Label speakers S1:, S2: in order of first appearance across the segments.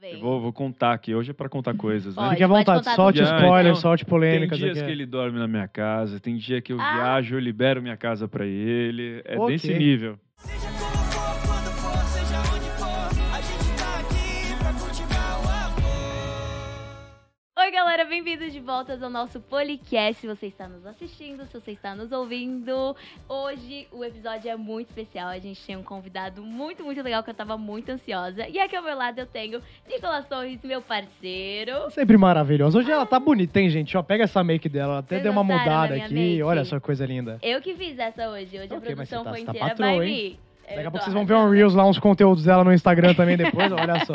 S1: vem.
S2: Eu vou, vou contar aqui. Hoje é pra contar coisas, né?
S1: Olha,
S3: Fique à
S1: pode
S3: vontade,
S1: contar
S3: solte
S2: tudo. Já,
S3: spoiler,
S2: então,
S3: solte
S2: Tem
S3: polêmica.
S2: dias
S3: aqui.
S2: que ele dorme na minha casa, tem dia que eu
S1: Ah.
S2: viajo, eu libero minha casa pra ele. É
S3: Ok.
S2: desse nível.
S4: Seja como for, quando for, seja onde for, a gente tá aqui pra cultivar o amor.
S1: Oi, galera, bem-vindos de volta ao nosso podcast. Se você está nos assistindo, se você está nos ouvindo, hoje o episódio é muito especial. A gente tem um convidado muito, muito legal que eu tava muito ansiosa. E aqui ao meu lado eu tenho Nicolas Torres, meu parceiro.
S3: Tá Sempre maravilhosa. Hoje ela tá bonita, hein, gente? Ó, pega essa make dela. Ela até
S1: Vocês
S3: deu uma
S1: gostaram da
S3: mudada
S1: minha
S3: aqui.
S1: make?
S3: Olha só, coisa linda.
S1: Eu que fiz essa hoje. Hoje a
S3: Ok, mas você
S1: produção
S3: tá-
S1: foi
S3: você tá
S1: inteira
S3: patroa,
S1: by
S3: hein?
S1: me. Eu
S3: Daqui a
S1: tô
S3: pouco vocês vão ver um
S1: arrasando.
S3: Reels lá, uns conteúdos dela no Instagram também depois. olha só.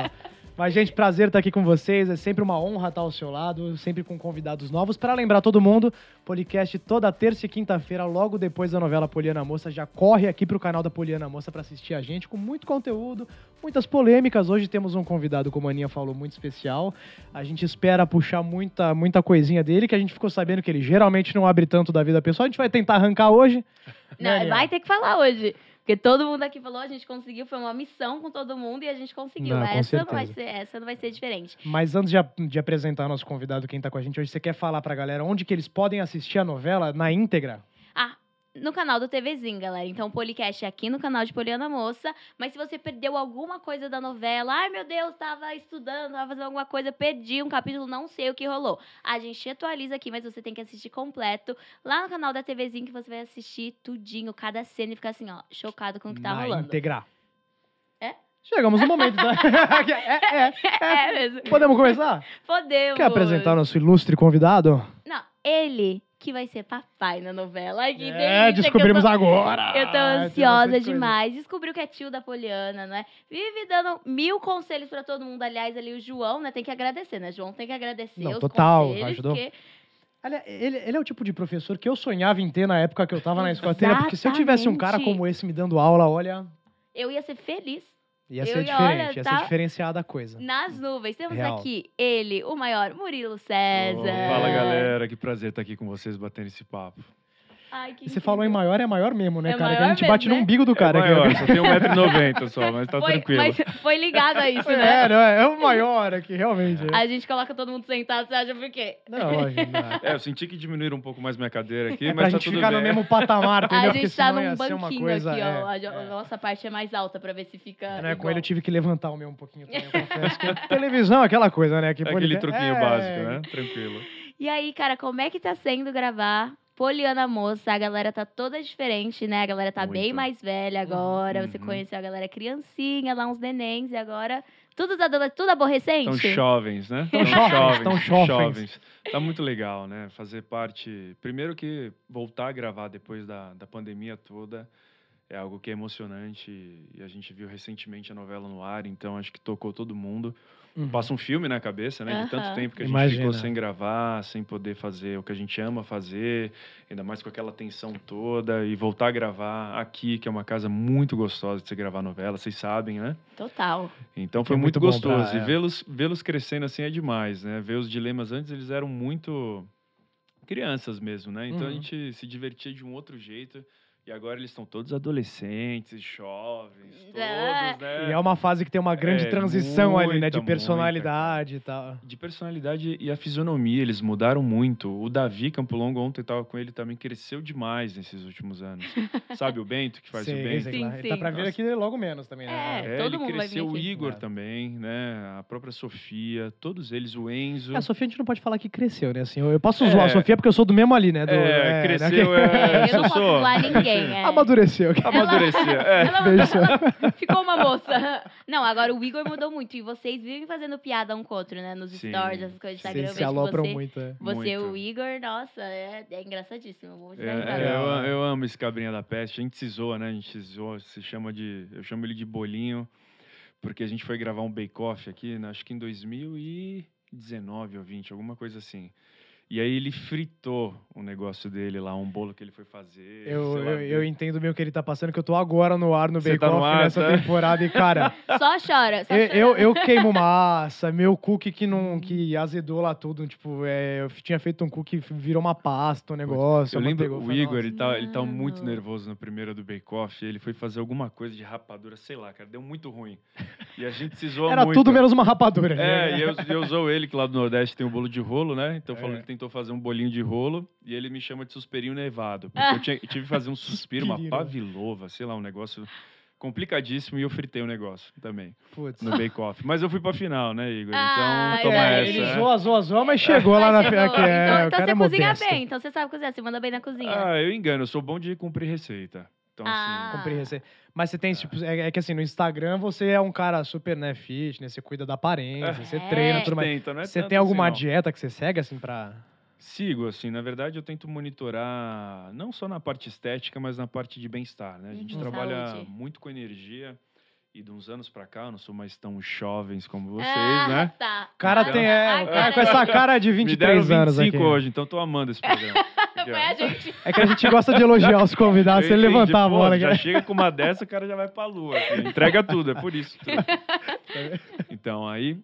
S3: Mas, gente, prazer estar aqui com vocês. É sempre uma honra estar ao seu lado, sempre com convidados novos. Pra lembrar todo mundo, podcast toda terça e quinta-feira, logo depois da novela Poliana Moça. Já corre aqui pro canal da Poliana Moça pra assistir a gente com muito conteúdo, muitas polêmicas. Hoje temos um convidado, como a Aninha falou, muito especial. A gente espera puxar muita, muita coisinha dele, que a gente ficou sabendo que ele geralmente não abre tanto da vida pessoal. A gente vai tentar arrancar hoje. né,
S1: Não,
S3: Aninha?
S1: vai ter que falar hoje. Porque todo mundo aqui falou, a gente conseguiu, foi uma missão com todo mundo e a gente conseguiu.
S3: Não, com
S1: essa, não vai
S3: certeza.
S1: ser, essa não vai ser diferente.
S3: Mas antes de, ap- de apresentar nosso convidado, quem tá com a gente hoje, você quer falar pra galera onde que eles podem assistir a novela na íntegra?
S1: no canal do TVzinho, galera. Então, o podcast é aqui no canal de Poliana Moça. Mas se você perdeu alguma coisa da novela, ai meu Deus, tava estudando, tava fazendo alguma coisa, perdi um capítulo, não sei o que rolou. A gente atualiza aqui, mas você tem que assistir completo lá no canal da TVzinho que você vai assistir tudinho, cada cena e ficar assim, ó, chocado com o que tá
S3: na
S1: rolando.
S3: íntegra.
S1: É?
S3: Chegamos no momento, tá? é, é.
S1: É mesmo.
S3: Podemos começar?
S1: Podemos.
S3: Quer apresentar nosso ilustre convidado?
S1: Não, ele que vai ser papai na novela. Ai, que delícia
S3: é,
S1: que eu
S3: descobrimos
S1: tô-
S3: agora! É,
S1: Eu tô
S3: Ah, Tem
S1: ansiosa
S3: bastante coisa.
S1: demais. Descobriu que é tio da Poliana, né? Vive dando mil conselhos pra todo mundo. Aliás, ali o João, né? Tem que agradecer, né? João tem que agradecer
S3: Não,
S1: os
S3: total,
S1: conselhos.
S3: ajudou.
S1: porque-
S3: Olha, ele, ele é o tipo de professor que eu sonhava em ter na época que eu tava na escola. Teria, Porque se eu tivesse um cara
S1: Exatamente.
S3: como esse me dando aula, olha,
S1: Eu ia ser feliz
S3: ia
S1: Eu
S3: ser
S1: ia-
S3: diferente.
S1: olha,
S3: ia
S1: tá- Hum,
S3: ser diferenciada a coisa.
S1: nas nuvens. Temos
S3: Real.
S1: aqui ele, o maior, Murilo César.
S2: Oh, Fala, galera. Que prazer estar aqui com vocês, batendo esse papo.
S1: Ai, que
S3: Você falou em
S1: incrível.
S3: maior, é maior mesmo, né,
S1: É
S3: cara? Que a
S1: maior
S3: gente bate
S1: mesmo,
S3: no
S1: né?
S3: umbigo do cara.
S2: é
S3: aqui, ó.
S2: maior, só tem 1,90m só, mas tá
S1: foi,
S2: tranquilo.
S1: mas foi ligado a isso, né?
S3: É, não, é, é o maior aqui, realmente.
S1: A gente coloca todo mundo sentado, você acha por quê?
S3: Não, hoje não.
S2: É, eu senti que diminuíram um pouco mais minha cadeira aqui,
S3: É pra
S2: mas tá
S3: gente
S2: tudo
S3: ficar
S2: bem.
S3: no mesmo patamar, entendeu?
S1: A
S3: Porque
S1: gente tá
S3: senão
S1: num
S3: ia ser uma
S1: banquinho
S3: coisa,
S1: aqui, ó.
S3: é,
S1: A jo- a
S3: é.
S1: nossa parte é mais alta pra ver se fica.
S3: Né, com
S1: igual.
S3: ele eu tive que levantar o meu um pouquinho também, eu confesso. que televisão é aquela coisa, né? Que
S2: É
S3: podcast-
S2: Aquele truquinho
S3: é,
S2: básico, né? Tranquilo.
S1: E aí, cara, como é que tá sendo gravar Poliana Moça? A galera tá toda diferente, né? A galera tá bem
S2: Muito.
S1: mais velha agora. Você
S2: uhum.
S1: conheceu a galera criancinha, lá uns nenéns, e agora. Tudo, os adoles- tudo aborrecente?
S2: Tão jovens, né?
S3: Tão jovens, tão jovens.
S2: Tá muito legal, né? Fazer parte. Primeiro que voltar a gravar depois da, da pandemia toda é algo que é emocionante. E a gente viu recentemente a novela no ar, então acho que tocou todo mundo.
S3: Uhum.
S2: Passa um filme na cabeça, né? De tanto
S1: Aham.
S2: tempo que a gente
S3: Imagina.
S2: ficou sem gravar, sem poder fazer o que a gente ama fazer, ainda mais com aquela tensão toda. E voltar a gravar aqui, que é uma casa muito gostosa de se gravar novela, vocês sabem, né?
S1: Total.
S2: Então foi
S3: É
S2: muito,
S3: muito bom pra-
S2: gostoso.
S3: é.
S2: E vê-los vê-los crescendo assim é demais, né? Ver os dilemas antes, eles eram muito crianças mesmo, né? Então a
S3: Uhum.
S2: gente se divertia de um outro jeito. E agora eles estão todos adolescentes, jovens, todos,
S1: É.
S3: E é
S2: né?
S3: uma fase que tem uma grande
S2: É,
S3: transição ali, né?
S2: muita,
S3: De personalidade e tal.
S2: De personalidade e a fisionomia, eles mudaram muito. O Davi Campolongo, ontem eu tava com ele também, cresceu demais nesses últimos anos. Sabe o Bento, que faz o
S3: Sei,
S2: Bento?
S3: sei
S1: Sim,
S3: lá. Ele tá
S1: sim.
S3: pra vir
S2: Nossa.
S3: aqui logo menos também,
S1: É,
S3: né?
S2: É,
S1: todo
S2: ele
S1: mundo vai vir
S2: cresceu o
S1: aqui.
S2: Igor
S3: É.
S2: também, né? A própria Sofia, todos eles, o Enzo.
S3: A Sofia a gente não pode falar que cresceu, né? Assim, eu, eu posso
S2: É.
S3: zoar a Sofia porque eu sou do mesmo ali, né? Do,
S2: É,
S3: né,
S2: cresceu,
S3: que-
S2: é,
S1: eu não posso
S2: sou-
S1: zoar ninguém. É.
S3: Amadureceu.
S2: Amadurecia, é.
S1: Ela mudou, ela ficou uma moça. Não, agora o Igor mudou muito. E vocês vivem fazendo piada um com o outro, né? Nos
S2: Sim.
S1: stories, essas coisas do Instagram. eu
S3: Vocês se
S1: vejo que
S3: alopram
S1: Tá você,
S3: muito, é.
S1: Você,
S2: Muito.
S1: o Igor, nossa, é, é engraçadíssimo. Eu vou te
S2: É,
S1: dar risada.
S2: é, eu,
S3: Legal, né?
S2: eu amo esse cabrinha da peste. A gente se zoa, né? A gente se zoa, se chama de. Eu chamo ele de bolinho, porque a gente foi gravar um bake-off aqui, né? acho que em 2019 ou 20, alguma coisa assim. E aí ele fritou o negócio dele lá, um bolo que ele foi fazer.
S3: Eu,
S2: sei lá,
S3: eu,
S2: deu-
S3: eu entendo meio o que ele tá passando, que eu tô agora no ar no
S2: Você
S3: Bake
S2: tá no
S3: Off
S2: ar,
S3: nessa
S2: tá?
S3: temporada e, cara,
S2: é.
S1: Só chora. Só
S3: eu,
S1: chora.
S3: eu, eu queimo massa, meu cookie que não que azedou lá tudo, tipo, é, eu tinha feito um cookie virou uma pasta, um negócio.
S2: Eu lembro
S3: amanteigou,
S2: o
S3: foi,
S2: Igor,
S3: nossa.
S2: ele tá, ele tá muito
S1: Mano.
S2: nervoso no primeiro do Bake Off. Ele foi fazer alguma coisa de rapadura, sei lá, cara. Deu muito ruim. E a gente se zoou
S3: Era
S2: muito.
S3: tudo menos uma rapadura.
S2: É,
S3: né?
S2: e eu, e eu zoo ele, que lá do Nordeste tem um bolo de rolo, né? Então, falando
S3: É.
S2: que tentou fazer um bolinho de rolo, e ele me chama de suspirinho nevado. Porque
S1: Ah.
S2: eu, tinha- eu tive que fazer um suspiro, uma
S3: Suspirino.
S2: pavilova, sei lá, um negócio complicadíssimo, e eu fritei o negócio também,
S3: Putz.
S2: no Bake Off. Mas eu fui pra final, né, Igor?
S1: Ah,
S2: Então,
S1: é,
S2: toma
S3: É,
S2: essa.
S3: ele
S2: né?
S3: zoa, zoa, zoa, mas chegou lá na
S1: Mas
S3: feira.
S1: chegou.
S3: que é,
S1: então
S3: o
S1: então
S3: cara
S1: você
S3: é
S1: cozinha
S3: modesto.
S1: bem, então você sabe cozinhar, você manda bem na cozinha.
S2: Ah, eu engano, eu sou bom de cumprir receita. Então,
S1: Ah.
S2: assim...
S3: Cumprir receita. Mas você tem,
S2: Ah.
S3: tipo, é, é que assim, no Instagram você é um cara super, né, fitness, você cuida da aparência, você
S1: É.
S3: treina, tudo mais.
S2: Tenta, Ah. não é
S3: Você
S2: tanto
S3: tem alguma
S2: assim, não.
S3: dieta que você segue, assim, pra...
S2: Sigo, assim, na verdade eu tento monitorar não só na parte estética, mas na parte de bem-estar, né? A gente
S1: Uhum.
S2: trabalha
S1: Saúde.
S2: muito com energia e de uns anos pra cá, eu não sou mais tão jovens como vocês,
S1: ah,
S2: né?
S1: Tá.
S3: O cara
S1: Ah,
S3: tem,
S1: tá.
S3: é,
S1: Ah,
S3: o cara com
S1: cara,
S3: essa cara de
S2: Me deram
S3: 23 anos
S2: 25
S3: aqui. né?
S2: hoje, então tô amando esse programa. Aqui, ó.
S1: Foi a gente.
S3: É que a gente gosta de elogiar os convidados, se
S2: Eu
S3: ele
S2: entendi,
S3: levantar a
S2: pô,
S3: bola.
S2: Já
S3: cara.
S2: chega com uma dessa, o cara já vai pra lua. aqui. Entrega tudo, é por isso. tudo. Então, aí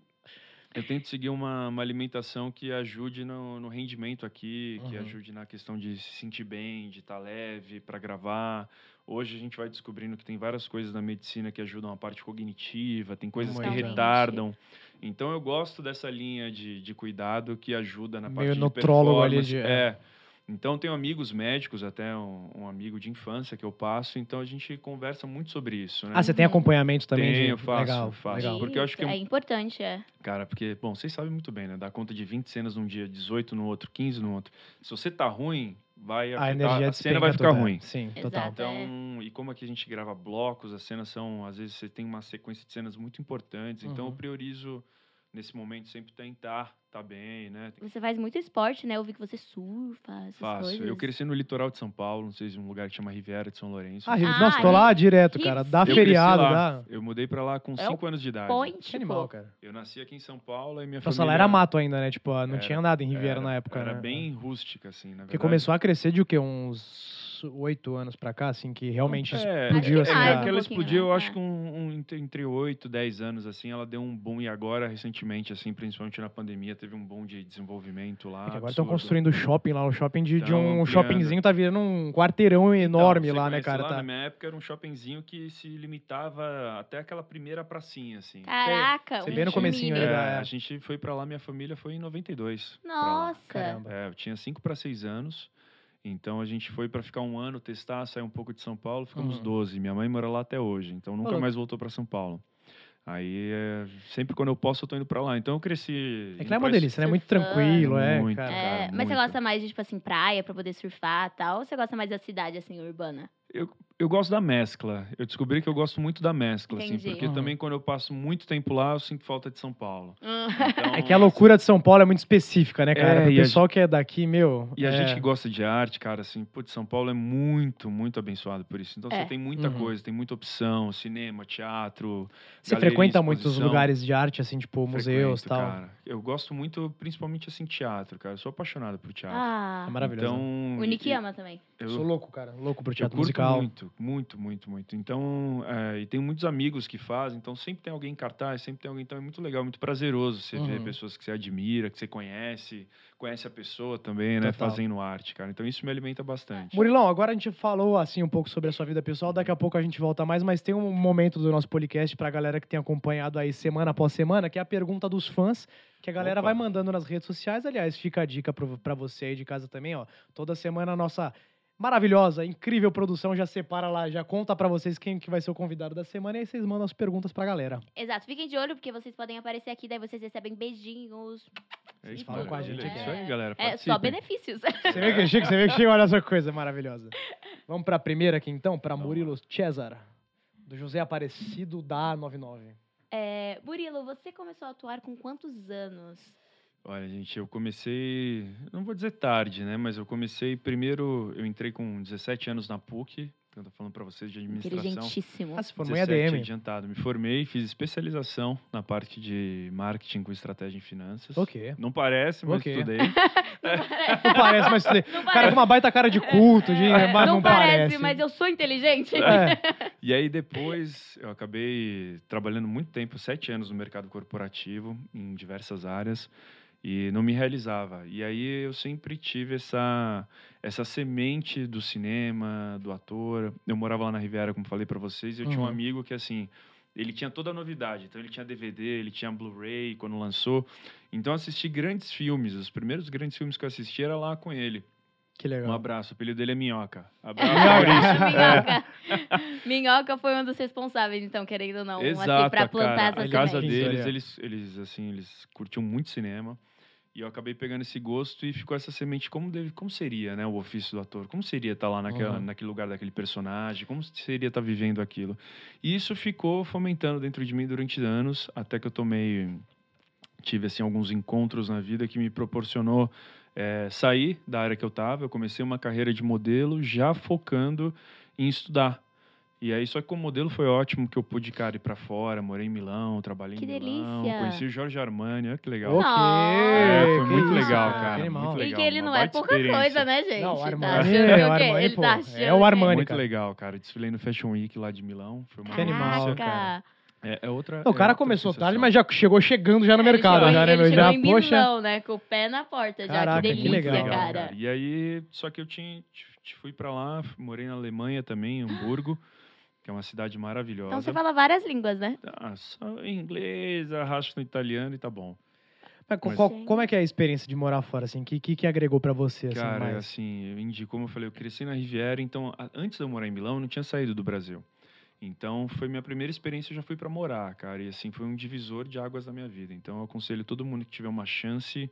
S2: eu tento seguir uma, uma alimentação que ajude no, no rendimento aqui, que
S3: Uhum.
S2: ajude na questão de se sentir bem, de estar leve pra gravar. Hoje a gente vai descobrindo que tem várias coisas na medicina que ajudam a parte cognitiva, tem coisas que
S1: Totalmente.
S2: retardam. Então eu gosto dessa linha de, de cuidado que ajuda na
S3: Meio
S2: parte de
S3: nutrólogo ali
S2: performance.
S3: de-
S2: É. Então tenho amigos médicos, até um, um amigo de infância que eu passo, então a gente conversa muito sobre isso, né?
S3: Ah, você tem acompanhamento também? de-
S2: Tenho, faço,
S3: legal,
S2: faço.
S3: legal.
S2: Porque eu acho que é um-
S1: é importante, é.
S2: Cara, porque, bom, vocês sabem muito bem, né? Dá conta de 20 cenas num dia, 18 no outro, 15 no outro. Se você tá ruim, vai
S3: A
S2: afetar- tá-
S3: energia é
S2: a cena
S3: despenca
S2: vai ficar
S3: total.
S2: ruim.
S3: Sim,
S1: Exato.
S3: total.
S2: Então,
S3: É.
S2: e como aqui a gente grava blocos, as cenas são, às vezes você tem uma sequência de cenas muito importantes, então eu
S3: Uhum.
S2: priorizo nesse momento sempre tentar tá bem, né?
S1: Você faz muito esporte, né? Eu vi que você surfa, essas
S2: Fácil.
S1: coisas.
S2: Eu cresci no litoral de São Paulo, não sei se é um lugar que chama Riviera de São Lourenço.
S3: Ah, Rives,
S1: Ah,
S3: nossa, tô lá direto,
S1: Rives.
S3: cara. Dá
S1: Eu
S2: cresci
S3: feriado,
S2: lá.
S3: dá.
S2: Eu mudei pra lá com
S1: É o
S2: 5 anos de idade.
S1: Point,
S3: Que animal,
S1: pô.
S3: cara.
S2: Eu nasci aqui em São Paulo e minha
S3: Nossa, lá
S2: família
S3: era mato ainda, né? Tipo, ah, não
S2: Era,
S3: tinha nada em Riviera na época,
S2: Era
S3: né?
S2: bem rústica assim, na verdade.
S3: Porque começou a crescer de o quê? Uns oito anos pra cá, assim, que realmente
S2: É,
S3: explodiu,
S2: é,
S3: assim.
S1: mais
S2: é
S3: a-
S2: que ela
S1: pouquinho,
S2: explodiu, eu
S1: né?
S2: acho que um, um entre, entre 8 e 10 anos, assim, ela deu um boom. E agora, recentemente, assim, principalmente na pandemia, teve um boom de desenvolvimento lá.
S3: É que agora estão
S2: ah, absurdo.
S3: construindo shopping lá, o shopping de, de
S2: Tão
S3: um
S2: ampliando.
S3: shoppingzinho tá virando um quarteirão
S2: Então,
S3: enorme
S2: você
S3: lá, né,
S2: conhece
S3: cara?
S2: Na
S3: tá.
S2: minha época era um shoppingzinho que se limitava até aquela primeira pracinha, assim.
S1: Caraca,
S3: Você
S1: um
S3: bem no comecinho né?
S1: mini.
S3: ali da-
S2: É, a gente foi pra lá, minha família foi em 92. pra lá.
S1: Nossa.
S3: Caramba.
S2: É, eu tinha 5 para 6 anos. Então a gente foi pra ficar um ano, testar, sair um pouco de São Paulo, ficamos
S3: Uhum.
S2: 12. Minha mãe mora lá até hoje, então nunca
S3: louco.
S2: mais voltou pra São Paulo. Aí é, sempre quando eu posso eu tô indo pra lá. Então eu cresci.
S3: É que
S2: indo
S3: lá é uma
S2: pra
S3: delícia, né?
S1: surfando.
S3: Muito tranquilo, é,
S2: Muito.
S3: cara.
S1: É,
S2: cara,
S1: mas você
S2: muito.
S1: gosta mais de, tipo assim, praia pra poder surfar e tal? Ou você gosta mais da cidade, assim, urbana?
S2: Eu gosto da mescla. Eu descobri que eu gosto muito da mescla, assim,
S1: Entendi.
S2: porque
S3: Uhum.
S2: também quando eu passo muito tempo lá eu sinto falta de São Paulo. Então,
S3: É que a loucura de São Paulo é muito específica, né, cara?
S2: É,
S3: Pro
S2: e a
S3: pessoal que é daqui, meu.
S2: E a
S3: é,
S2: gente que gosta de arte, cara, assim, putz, São Paulo é muito, muito abençoado por isso. Então
S1: É.
S2: você tem muita
S3: Uhum.
S2: coisa, tem muita opção, cinema, teatro.
S3: Você
S2: galeria,
S3: frequenta muitos
S2: exposição.
S3: lugares de arte, assim, tipo, museus e
S2: Frequento,
S3: tal.
S2: Cara. Eu gosto muito, principalmente assim, teatro, cara. Eu sou apaixonado por teatro.
S1: Ah,
S3: É maravilhoso. né?
S2: Então,
S1: o
S2: e-
S1: Nick
S2: e-
S1: ama também.
S2: Eu,
S3: Sou louco, cara. Louco pro
S2: eu
S3: teatro
S2: curto
S3: musical.
S2: muito, muito, muito, muito. Então, é, e tem muitos amigos que fazem, então sempre tem alguém em cartaz, sempre tem alguém. Então é muito legal, muito prazeroso você ver
S3: Uhum.
S2: pessoas que você admira, que você conhece, conhece a pessoa também, né?
S3: Total.
S2: Fazendo arte, cara. Então isso me alimenta bastante.
S3: Murilão, agora a gente falou assim um pouco sobre a sua vida pessoal, daqui a pouco a gente volta mais, mas tem um momento do nosso podcast pra galera que tem acompanhado aí semana após semana, que é a pergunta dos fãs, que a galera
S2: Opa.
S3: vai mandando nas redes sociais. Aliás, fica a dica pro- pra você aí de casa também, ó. Toda semana a nossa maravilhosa, incrível produção já separa lá, já conta pra vocês quem que vai ser o convidado da semana e aí vocês mandam as perguntas pra galera.
S1: Exato, fiquem de olho, porque vocês podem aparecer aqui, daí vocês recebem beijinhos.
S2: É isso,
S3: falam com a gente
S2: maravilha.
S3: aqui.
S2: É isso aí, galera.
S1: É, só
S2: participem.
S1: benefícios.
S3: Você vê que chega, você vê que chega, olha essa coisa maravilhosa. Vamos pra primeira aqui então, pra
S2: Vamos
S3: Murilo César, do José Aparecido da 99.
S1: É, Murilo, você começou a atuar com quantos anos?
S2: Olha, gente, eu comecei, não vou dizer tarde, né? Mas eu comecei primeiro, eu entrei com 17 anos na PUC, que eu tô falando pra vocês de administração.
S1: Inteligentíssimo.
S3: Ah, se formou em
S2: 17
S3: ADM.
S2: adiantado. Me formei, fiz especialização na parte de marketing com estratégia em finanças.
S3: Ok.
S2: Não parece, mas
S3: Ok.
S2: estudei.
S3: Não parece, mas estudei.
S1: Não
S3: Cara,
S1: parece.
S3: com uma baita cara de culto, de,
S1: É,
S3: mas não,
S1: não parece, mas eu sou inteligente.
S3: É,
S2: E aí depois eu acabei trabalhando muito tempo, sete anos no mercado corporativo, em diversas áreas, e não me realizava. E aí eu sempre tive essa, essa semente do cinema, do ator. Eu morava lá na Riviera, como falei para vocês, e eu tinha um
S3: Uhum.
S2: amigo que assim. Ele tinha toda a novidade, então ele tinha DVD, ele tinha Blu-ray quando lançou. Então eu assisti grandes filmes, os primeiros grandes filmes que eu assisti era lá com ele.
S3: que
S2: Um
S3: legal.
S2: abraço, o apelido dele é Minhoca. Abraço, Maurício.
S1: Minhoca. Minhoca foi um dos responsáveis, então, querendo ou não, assim, pra plantar
S2: cara,
S1: essa
S2: a casa
S1: semente.
S3: sementes.
S2: deles,
S3: Olha.
S2: eles, eles, assim, eles curtiam muito cinema. E eu acabei pegando esse gosto e ficou essa semente. Como, deve, como seria, né, o ofício do ator? Como seria estar lá naquela,
S3: Uhum.
S2: naquele lugar daquele personagem? Como seria estar vivendo aquilo? E isso ficou fomentando dentro de mim durante anos, até que eu tomei... Tive, assim, alguns encontros na vida que me proporcionou eh, sair da área que eu estava. Eu comecei uma carreira de modelo já focando em estudar. E aí, só que como modelo foi ótimo, que eu pude, cara, ir pra fora, morei em Milão, trabalhei
S1: Que
S2: em Milão.
S1: delícia.
S2: Conheci o Jorge Armani, olha que legal.
S3: Ok.
S1: É,
S2: foi
S3: que
S2: muito
S3: isso,
S2: legal,
S3: que
S2: cara,
S3: animal.
S2: muito
S1: E
S2: legal,
S1: que ele
S2: uma
S1: não é
S2: baita
S1: pouca
S2: experiência.
S1: coisa, né, gente?
S3: Não, o
S1: tá
S3: Armani,
S1: achando
S3: é, o
S1: o quê?
S3: Armani,
S1: Ele
S3: pô,
S1: tá
S3: é
S1: achando.
S3: o Armani.
S2: Muito
S3: cara.
S2: legal, cara. Desfilei no Fashion Week lá de Milão. Foi uma
S1: Caraca.
S3: Que animal,
S2: delícia.
S3: cara.
S2: É, é outra.
S3: O
S2: é
S3: cara
S2: outra
S3: começou tarde,
S2: sensação.
S3: mas já chegou chegando já no
S1: É, Ele
S3: mercado,
S1: chegou
S3: já,
S1: em-
S3: né,
S1: ele
S3: meu?
S1: chegou
S3: Já,
S1: em
S3: poxa.
S1: Milão, né? Com o pé na porta já.
S3: Caraca,
S1: que
S3: tá, que
S1: delícia,
S3: legal,
S1: cara.
S2: E aí, só que eu tinha. t- t- Fui pra lá, f- morei na Alemanha também, em Hamburgo, que é uma cidade maravilhosa.
S1: Então você fala várias línguas, né?
S2: Ah, só em inglês, arrasto no italiano e tá bom.
S3: Mas co-
S2: Mas-
S3: co- como é que é a experiência de morar fora, assim? O que, que, que agregou pra você, assim,
S2: Cara,
S3: mais?
S2: assim, eu indico, como eu falei, eu cresci na Riviera, então a- antes de eu morar em Milão, eu não tinha saído do Brasil. Então, foi minha primeira experiência, eu já fui para morar, cara, e assim, foi um divisor de águas na minha vida. Então, eu aconselho todo mundo que tiver uma chance,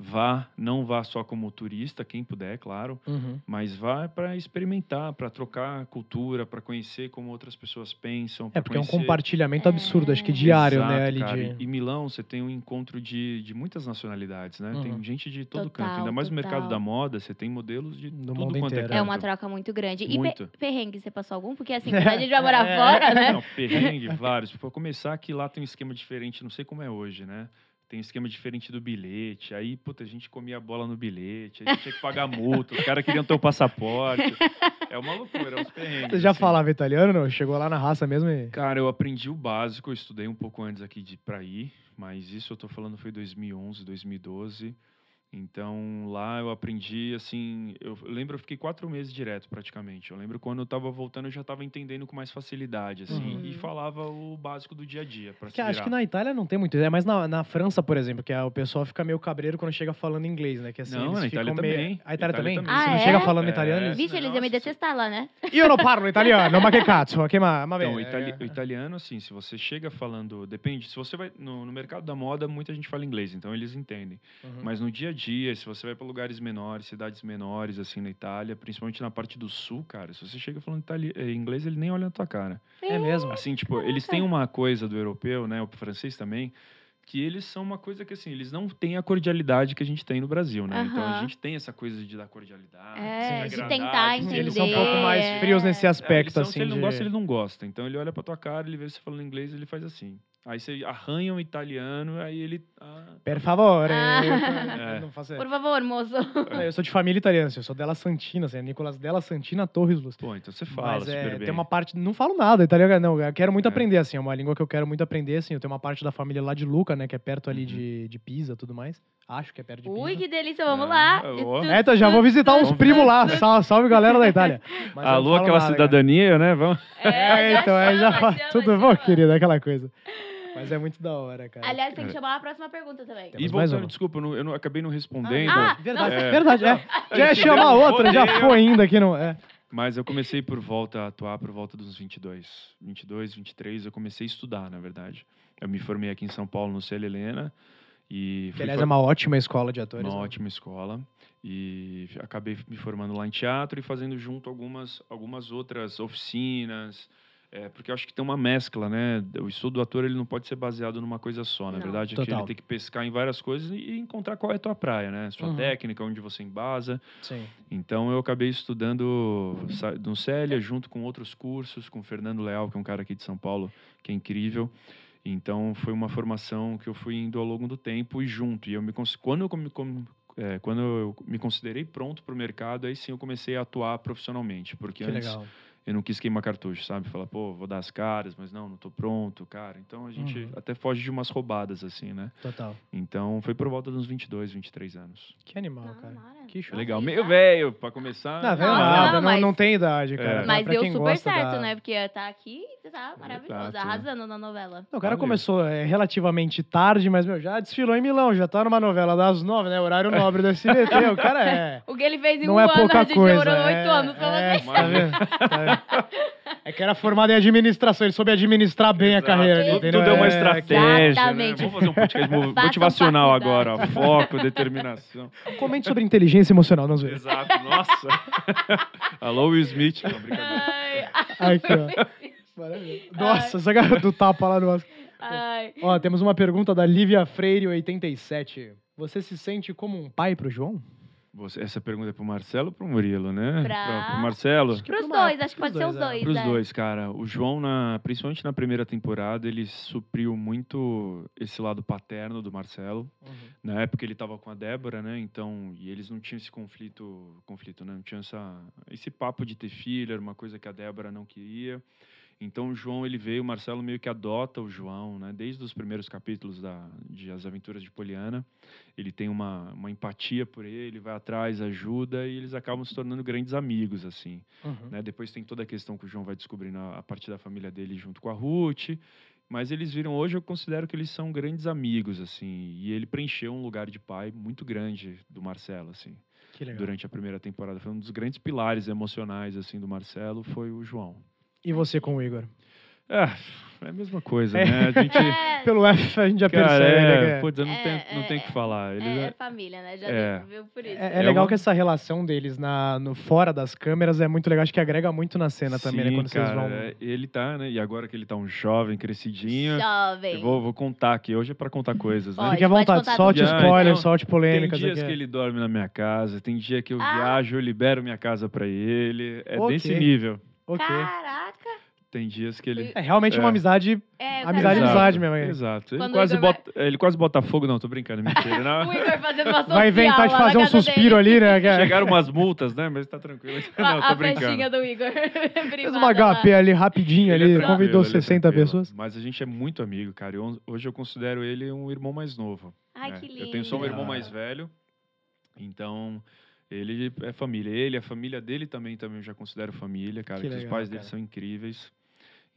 S2: vá, não vá só como turista, quem puder, claro,
S3: Uhum.
S2: mas vá para experimentar, para trocar cultura, para conhecer como outras pessoas pensam.
S3: É,
S2: pra
S3: porque é um
S2: conhecer-
S3: compartilhamento absurdo, acho que
S1: É.
S3: diário,
S2: Exato,
S3: né, ali
S2: cara.
S3: de...
S2: E Milão, você tem um encontro de, de muitas nacionalidades, né?
S3: Uhum.
S2: Tem gente de todo
S1: Total,
S2: canto. Ainda mais no mercado
S1: total.
S2: da moda, você tem modelos de
S3: Do
S2: tudo
S3: mundo
S2: quanto
S3: inteiro.
S2: é canto.
S1: É uma troca muito grande. E pe-
S2: Muito. É.
S1: perrengue, você passou algum? Porque assim, quando a gente vai morar fora, né?
S2: Não, perrengue, vários. Para começar, que lá tem um esquema diferente, não sei como é hoje, né? Tem um esquema diferente do bilhete. Aí, puta, a gente comia a bola no bilhete, aí tinha que pagar multa, os caras queriam ter o passaporte. É uma loucura, é uns perrengues.
S3: Você já
S2: assim.
S3: falava italiano, não? Chegou lá na raça mesmo e...
S2: Cara, eu aprendi o básico, eu estudei um pouco antes aqui de para ir, mas isso eu tô falando foi 2011, 2012. Então lá eu aprendi assim, eu eu lembro eu fiquei quatro meses direto praticamente. Eu lembro quando eu tava voltando eu já tava entendendo com mais facilidade assim
S1: Uhum.
S2: e falava o básico do dia a dia para
S3: É Que acho que na Itália não tem muito, é mais na, na França, por exemplo, que ah, o pessoal fica meio cabreiro quando chega falando inglês, né? Que assim,
S2: Não,
S3: eles
S2: na
S3: ficam
S2: Itália
S3: meio...
S2: também.
S3: A Itália,
S2: Itália
S3: também?
S2: também.
S3: Você não
S1: Ah,
S3: chega
S1: é?
S3: falando
S2: É.
S3: italiano?
S1: Vixe, eles iam me
S2: Nossa,
S1: detestar lá, né?
S3: Io não parlo italiano, ma che cazzo? Ok, ma, ma
S2: Então, o,
S3: bene,
S2: itali- o
S3: eh,
S2: italiano, assim, se você chega falando. Depende, se você vai. No, no mercado da moda, muita gente fala inglês, então eles entendem.
S3: uhum.
S2: Mas no dia a dia, se você vai para lugares menores, cidades menores, assim, na Itália, principalmente na parte do sul, cara, se você chega falando itali- eh, inglês, ele nem olha na tua cara.
S3: É mesmo?
S2: Assim, tipo, eles têm uma coisa do europeu, né, o francês também, que eles são uma coisa que, assim, eles não têm a cordialidade que a gente tem no Brasil, né? Então, a
S1: Aham.
S2: gente tem essa coisa de dar cordialidade,
S1: É,
S2: de,
S3: de
S2: agradar,
S1: tentar
S2: de ser
S3: Eles são um pouco
S2: educado.
S3: mais
S1: é.
S3: frios nesse
S2: É, eles
S3: aspecto,
S2: são-
S3: assim,
S2: Se ele não
S3: de-
S2: gosta, ele não gosta. Então ele olha pra tua cara, ele vê você falando inglês, ele faz assim. Aí você arranha um italiano, aí ele. ah,
S3: Per favore.
S1: Ah.
S2: É.
S3: Eu- Não faço...
S1: Por favor, moço.
S3: Não, Eu sou de família italiana, assim, eu sou dela Santina, assim, é Nicolas dela Santina Torres Luz.
S2: Pô, então você fala
S3: Mas, é,
S2: super bem.
S3: tem uma parte. Não falo nada italiano, não. Eu quero muito
S2: É.
S3: aprender, assim. É uma língua que eu quero muito aprender, assim. Eu tenho uma parte da família lá de Luca, né? Que é perto ali
S2: Uhum.
S3: de, de Pisa e tudo mais. Acho que é perto de Pisa.
S1: Ui, que delícia, vamos
S2: É,
S1: lá.
S2: ó.
S3: É, então já vou visitar uns
S2: Vamos
S3: primos lá. Sal- Salve, galera da Itália. Mas eu
S2: Alô,
S3: não falo
S2: aquela
S3: nada, cara.
S2: é cidadania, né? Vamos.
S3: É, então, aí já
S1: chama,
S3: fala,
S1: chama,
S3: tudo bom,
S1: chama.
S3: querido, aquela coisa. Mas é muito da hora, cara.
S1: Aliás, tem que chamar a próxima pergunta também.
S3: Temos
S2: E
S3: mais
S2: voltando,
S3: uma.
S2: desculpa, eu, não, eu não- acabei não respondendo,
S1: Ah,
S3: verdade,
S2: não. É.
S3: verdade. É. Já ia
S2: Ele
S3: chamar
S2: entendeu?
S3: outra, já
S2: Odeio.
S3: foi ainda aqui, não. É.
S2: mas eu comecei por volta a atuar por volta dos 22. 22, 23, eu comecei a estudar, na verdade. Eu me formei aqui em São Paulo, no Célia Helena, e
S3: Que,
S2: fui
S3: aliás,
S2: fa-
S3: é uma ótima escola de atores.
S2: uma
S3: né?
S2: ótima escola. E f- acabei me formando lá em teatro e fazendo junto algumas, algumas outras oficinas, É, porque eu acho que tem uma mescla, né? O estudo do ator ele não pode ser baseado numa coisa só. Na
S1: Não.
S2: verdade, é que
S3: Total.
S2: ele tem que pescar em várias coisas e encontrar qual é a tua praia, né? Sua
S3: Uhum.
S2: técnica, onde você embasa.
S3: Sim.
S2: Então eu acabei estudando Sa- Duncélia junto com outros cursos, com o Fernando Leal, que é um cara aqui de São Paulo, que é incrível. Então foi uma formação que eu fui indo ao longo do tempo e junto. E eu me cons- quando eu me, com- é, quando eu me considerei pronto para o mercado, aí sim eu comecei a atuar profissionalmente, porque
S3: Que
S2: antes
S3: legal.
S2: eu não quis queimar cartucho, sabe? Falar, pô, vou dar as caras, mas não, não tô pronto, cara. Então a gente
S3: Uhum.
S2: até foge de umas roubadas assim, né?
S3: Total.
S2: Então foi por volta dos 22, 23 anos.
S3: Que animal,
S1: Não,
S3: cara.
S1: Mara.
S3: Que show.
S1: Nossa,
S2: Legal,
S1: isso
S2: meio
S1: é-
S2: velho para começar.
S3: Não, velho
S1: Nossa,
S3: nada,
S1: não,
S3: não,
S1: mas-
S3: não tem idade, cara.
S2: É.
S1: Mas
S3: pra
S1: deu
S3: quem
S1: super
S3: gosta
S1: certo,
S3: da-
S1: né? Porque tá aqui, você tá maravilhoso,
S2: Exato.
S1: arrasando na novela.
S3: Não, o cara
S2: Valeu.
S3: começou é, relativamente tarde, mas, meu, já desfilou em Milão, já tá numa novela das nove, né? Horário nobre do SBT. o cara é.
S1: O que ele fez em
S3: Não
S1: um
S3: é
S1: ano, a
S3: pouca
S1: gente
S3: coisa.
S1: demorou
S3: é,
S1: oito anos pra
S3: é,
S1: fazer.
S3: tá vendo? Tá vendo? É que era formado em administração, ele soube administrar bem a carreira dele,
S1: Tudo-
S3: entendeu?
S2: Tudo é uma
S3: É,
S2: estratégia. Né?
S1: Exatamente.
S2: Vamos fazer um podcast mo-
S1: Façam
S2: motivacional
S1: faculdade.
S2: agora. ó. Foco, determinação.
S3: Comente sobre inteligência emocional, não zoeira.
S2: Exato, nossa. Alô, Will Smith. Não,
S1: Ah.
S2: brincadeira.
S1: Ai, ai,
S3: Aqui, ó. Maravilha. Nossa, essa garota do tapa lá no Oscar.
S1: ai.
S3: Ó, temos uma pergunta da Lívia Freire, 87. Você se sente como um pai pro João?
S2: Você- essa pergunta é pro Marcelo ou pro Murilo, né?
S1: Pra-
S2: Pro, pro Marcelo?
S3: Acho que
S1: Pros
S3: pro Marcos,
S1: dois, acho que
S3: pros
S1: pode ser os
S3: dois, é.
S1: dois.
S2: Pros
S1: é.
S2: dois, cara. O João, na, principalmente na primeira temporada, ele supriu muito esse lado paterno do Marcelo.
S3: Uhum.
S2: Na época ele tava com a Débora, né? Então, e eles não tinham esse conflito, conflito, né? Não tinha essa, esse papo de ter filha, era uma coisa que a Débora não queria. Então, o João, ele veio, o Marcelo meio que adota o João, né? Desde os primeiros capítulos da, de As Aventuras de Poliana. Ele tem uma, uma empatia por ele, vai atrás, ajuda, e eles acabam se tornando grandes amigos, assim
S3: Uhum.
S2: né? Depois tem toda a questão que o João vai descobrindo a, a parte da família dele junto com a Ruth. Mas eles viram hoje, eu considero que eles são grandes amigos, assim. E ele preencheu um lugar de pai muito grande do Marcelo, assim.
S3: Que legal.
S2: Durante a primeira temporada. Foi um dos grandes pilares emocionais, assim, do Marcelo, foi o João.
S3: E você com o Igor?
S2: É, é a mesma coisa,
S3: É.
S2: né? A gente...
S1: É,
S3: Pelo F a gente já
S2: Cara,
S3: percebe, né? que
S2: é,
S3: é-
S2: putz, eu não,
S1: É,
S2: tem, não
S1: é,
S2: tem o que falar. Eles,
S1: é, é família, né? Já
S2: É.
S1: viu por isso.
S3: É, é
S2: É
S3: legal
S2: uma-
S3: que essa relação deles na, no fora das câmeras é muito legal. Acho que agrega muito na cena também, né?
S2: Sim,
S3: Quando vocês
S2: cara,
S3: vão.
S2: é, Ele tá, né? E agora que ele tá um jovem, crescidinho...
S1: Jovem.
S2: Eu vou, vou contar aqui. Hoje é pra contar coisas, né?
S1: Olha,
S3: Fique à
S1: pode
S3: vontade,
S1: contar
S3: solte
S2: tudo.
S3: spoiler,
S2: Então,
S3: solte polêmicas.
S2: Tem dias
S3: aqui.
S2: que ele dorme na minha casa, tem dia que eu
S1: Ah.
S2: viajo, eu libero minha casa pra ele. É
S3: Ok.
S2: desse nível.
S3: Ok.
S1: Caraca.
S2: Tem dias que ele.
S3: É realmente
S2: É.
S3: uma amizade.
S1: É, o
S3: Amizade,
S1: cara-
S2: Exato,
S3: amizade mesmo, é.
S2: Exato. Ele
S1: Quando o
S2: quase,
S1: Igor
S2: bota, ele quase bota fogo, não, tô brincando, é mentira.
S1: O
S2: Não.
S1: Igor fazendo uma social
S3: Vai inventar de
S1: lá na
S3: fazer um
S1: casa
S3: suspiro
S1: dele.
S3: ali, né? cara?
S2: Chegaram umas multas, né? Mas tá tranquilo. Não,
S1: a
S2: tô
S1: a festinha
S2: brincando.
S1: do Igor.
S3: Fez
S1: Privada
S3: uma
S1: lá.
S3: HP ali
S2: Ele
S3: rapidinho
S2: é
S3: ali,
S2: tranquilo,
S3: convidou
S2: ele é
S3: 60
S2: tranquilo.
S3: pessoas.
S2: Mas a gente é muito amigo, cara. e hon- Hoje eu considero ele um irmão mais novo.
S1: Ai,
S2: né?
S1: que lindo.
S2: Eu tenho só um irmão
S3: Ah.
S2: mais velho, então ele é família. Ele, a família dele também, também eu já considero família, cara.
S3: Que
S2: que os
S3: legal,
S2: pais dele
S3: cara.
S2: são incríveis.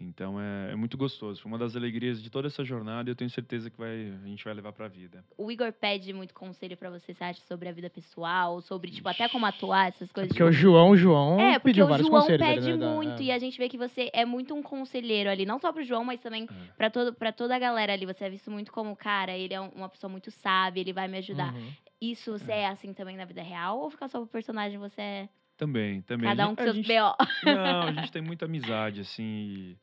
S2: Então é, é muito gostoso. Foi uma das alegrias de toda essa jornada e eu tenho certeza que vai, a gente vai levar pra vida.
S1: O Igor pede muito conselho pra você, você acha, sobre a vida pessoal, sobre, tipo, até como atuar, essas coisas.
S3: É Porque o João, João
S1: É, porque
S3: pediu
S1: o
S3: vários
S1: João
S3: conselhos. ali,
S1: pede
S3: né, da-
S1: muito
S3: é.
S1: e a gente vê que você é muito um conselheiro ali, não só pro João, mas também
S2: É.
S1: pra todo para toda a galera ali. Você é visto muito como cara, ele é um- uma pessoa muito sábia, ele vai me ajudar.
S3: Uhum.
S1: Isso você é. assim também na vida real ou fica só pro personagem você é
S2: Também, também.
S1: cada
S2: A
S1: um com
S2: gente-
S1: seus
S2: a
S1: BO?
S2: gente- Não, a gente tem muita amizade, assim. E,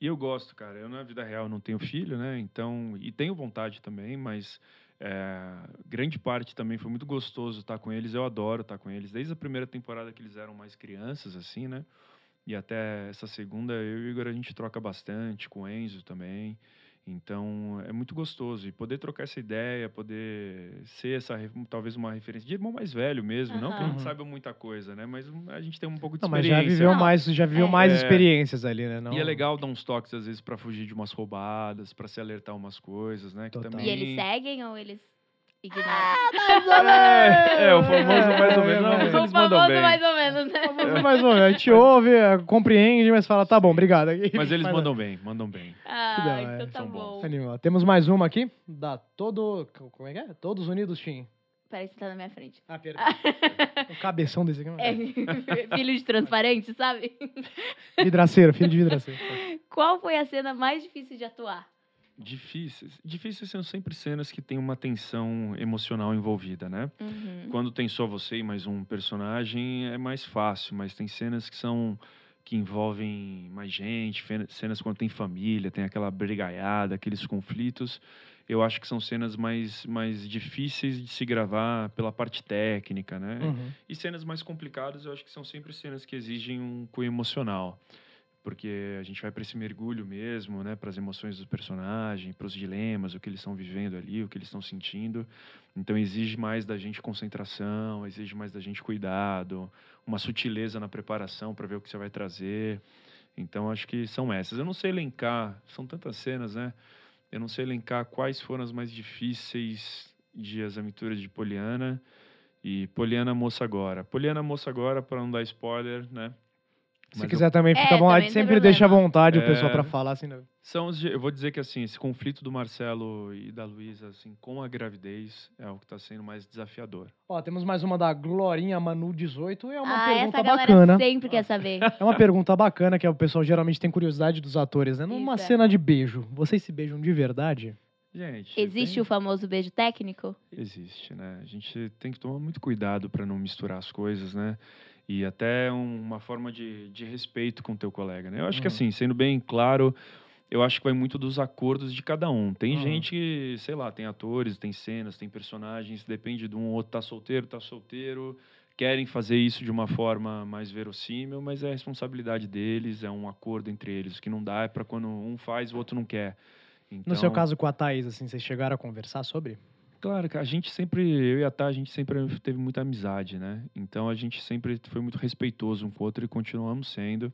S2: e eu gosto, cara. Eu, na vida real, não tenho filho, né? Então. E tenho vontade também, mas. é, grande parte também foi muito gostoso estar com eles. Eu adoro estar com eles. Desde a primeira temporada que eles eram mais crianças, assim, né? E até essa segunda, eu e o Igor a gente troca bastante, com o Enzo também. Então é muito gostoso. E poder trocar essa ideia, poder ser essa, re- talvez uma referência de irmão mais velho mesmo. Não que a
S3: Aham.
S2: gente saiba muita coisa, né? Mas hum, a gente tem um pouco de
S3: Não, mas
S2: experiência.
S3: já viveu
S1: Não,
S3: mais, já viveu
S1: é.
S3: mais
S2: É.
S3: experiências ali, né? Não...
S2: E é legal dar uns toques, às vezes, pra fugir de umas roubadas, pra se alertar umas coisas, né? Que
S3: Total.
S2: também...
S1: E eles seguem ou eles ignoram?
S2: É, é, o famoso mais ou
S3: É,
S2: menos. Não,
S3: é,
S2: mas
S1: o
S2: eles mandam
S1: famoso
S2: bem.
S1: mais ou menos, né?
S3: Mas, olha, a gente ouve, é, compreende, mas fala, tá bom, obrigado. E
S2: Mas é eles
S3: faz-
S2: mandam bem, mandam bem.
S1: Ah,
S3: da hora,
S1: então tá
S2: são
S1: bom.
S2: bons.
S3: Animal. Temos mais uma aqui, da Todo... Como é que é? Todos Unidos Team.
S1: Peraí, você tá na minha frente.
S3: Ah, perdão. o cabeção desse aqui.
S1: É,
S3: É.
S1: filho de transparente, sabe?
S3: Vidraceiro, filho de vidraceiro.
S1: Qual foi a cena mais difícil de atuar?
S2: Difíceis. Difíceis são sempre cenas que tem uma tensão emocional envolvida, né?
S1: Uhum.
S2: Quando tem só você e mais um personagem, é mais fácil, mas tem cenas que são que envolvem mais gente, fe- cenas quando tem família, tem aquela brigaiada, aqueles conflitos. Eu acho que são cenas mais, mais difíceis de se gravar pela parte técnica, né?
S3: Uhum.
S2: E cenas mais complicadas, eu acho que são sempre cenas que exigem um cunho emocional. Porque a gente vai para esse mergulho mesmo, né? Para as emoções do personagem, para os dilemas, o que eles estão vivendo ali, o que eles estão sentindo. Então exige mais da gente concentração, exige mais da gente cuidado, uma sutileza na preparação para ver o que você vai trazer. Então acho que são essas. Eu não sei elencar, são tantas cenas, né? Eu não sei elencar quais foram as mais difíceis de As Aventuras de Poliana e Poliana Moça Agora. Poliana Moça Agora, para não dar spoiler, né?
S3: Se
S2: Mas eu-
S3: quiser também, fica
S1: É,
S3: à vontade.
S1: também não tem
S3: Sempre deixa à
S1: problema.
S3: vontade o
S2: É.
S3: pessoal pra falar, assim, não.
S2: São os, di- eu vou dizer que assim, esse conflito do Marcelo e da Luísa assim, com a gravidez é o que está sendo mais desafiador.
S3: Ó, temos mais uma da Glorinha Manu 18 e é uma
S1: ah,
S3: pergunta
S1: essa galera
S3: bacana.
S1: sempre quer saber.
S3: É uma pergunta bacana que é o pessoal geralmente tem curiosidade dos atores, né? Numa
S1: Isso, é.
S3: cena de beijo, vocês se beijam de verdade?
S2: Gente,
S1: Existe
S2: tem-
S1: o famoso beijo técnico?
S2: Existe, né? A gente tem que tomar muito cuidado para não misturar as coisas, né? E até um- uma forma de, de respeito com o teu colega, né? Eu acho que
S3: Uhum.
S2: assim, sendo bem claro, eu acho que vai muito dos acordos de cada um. Tem
S3: Uhum.
S2: gente que, sei lá, tem atores, tem cenas, tem personagens, depende de um outro tá solteiro, tá solteiro, querem fazer isso de uma forma mais verossímil, mas é responsabilidade deles, é um acordo entre eles. O que não dá é para quando um faz, o outro não quer.
S3: No seu
S2: Então-
S3: caso com a Thaís, assim, vocês chegaram a conversar sobre?
S2: Claro, cara, a gente sempre, eu e a Tá, a gente sempre teve muita amizade, né? Então a gente sempre foi muito respeitoso um com o outro e continuamos sendo.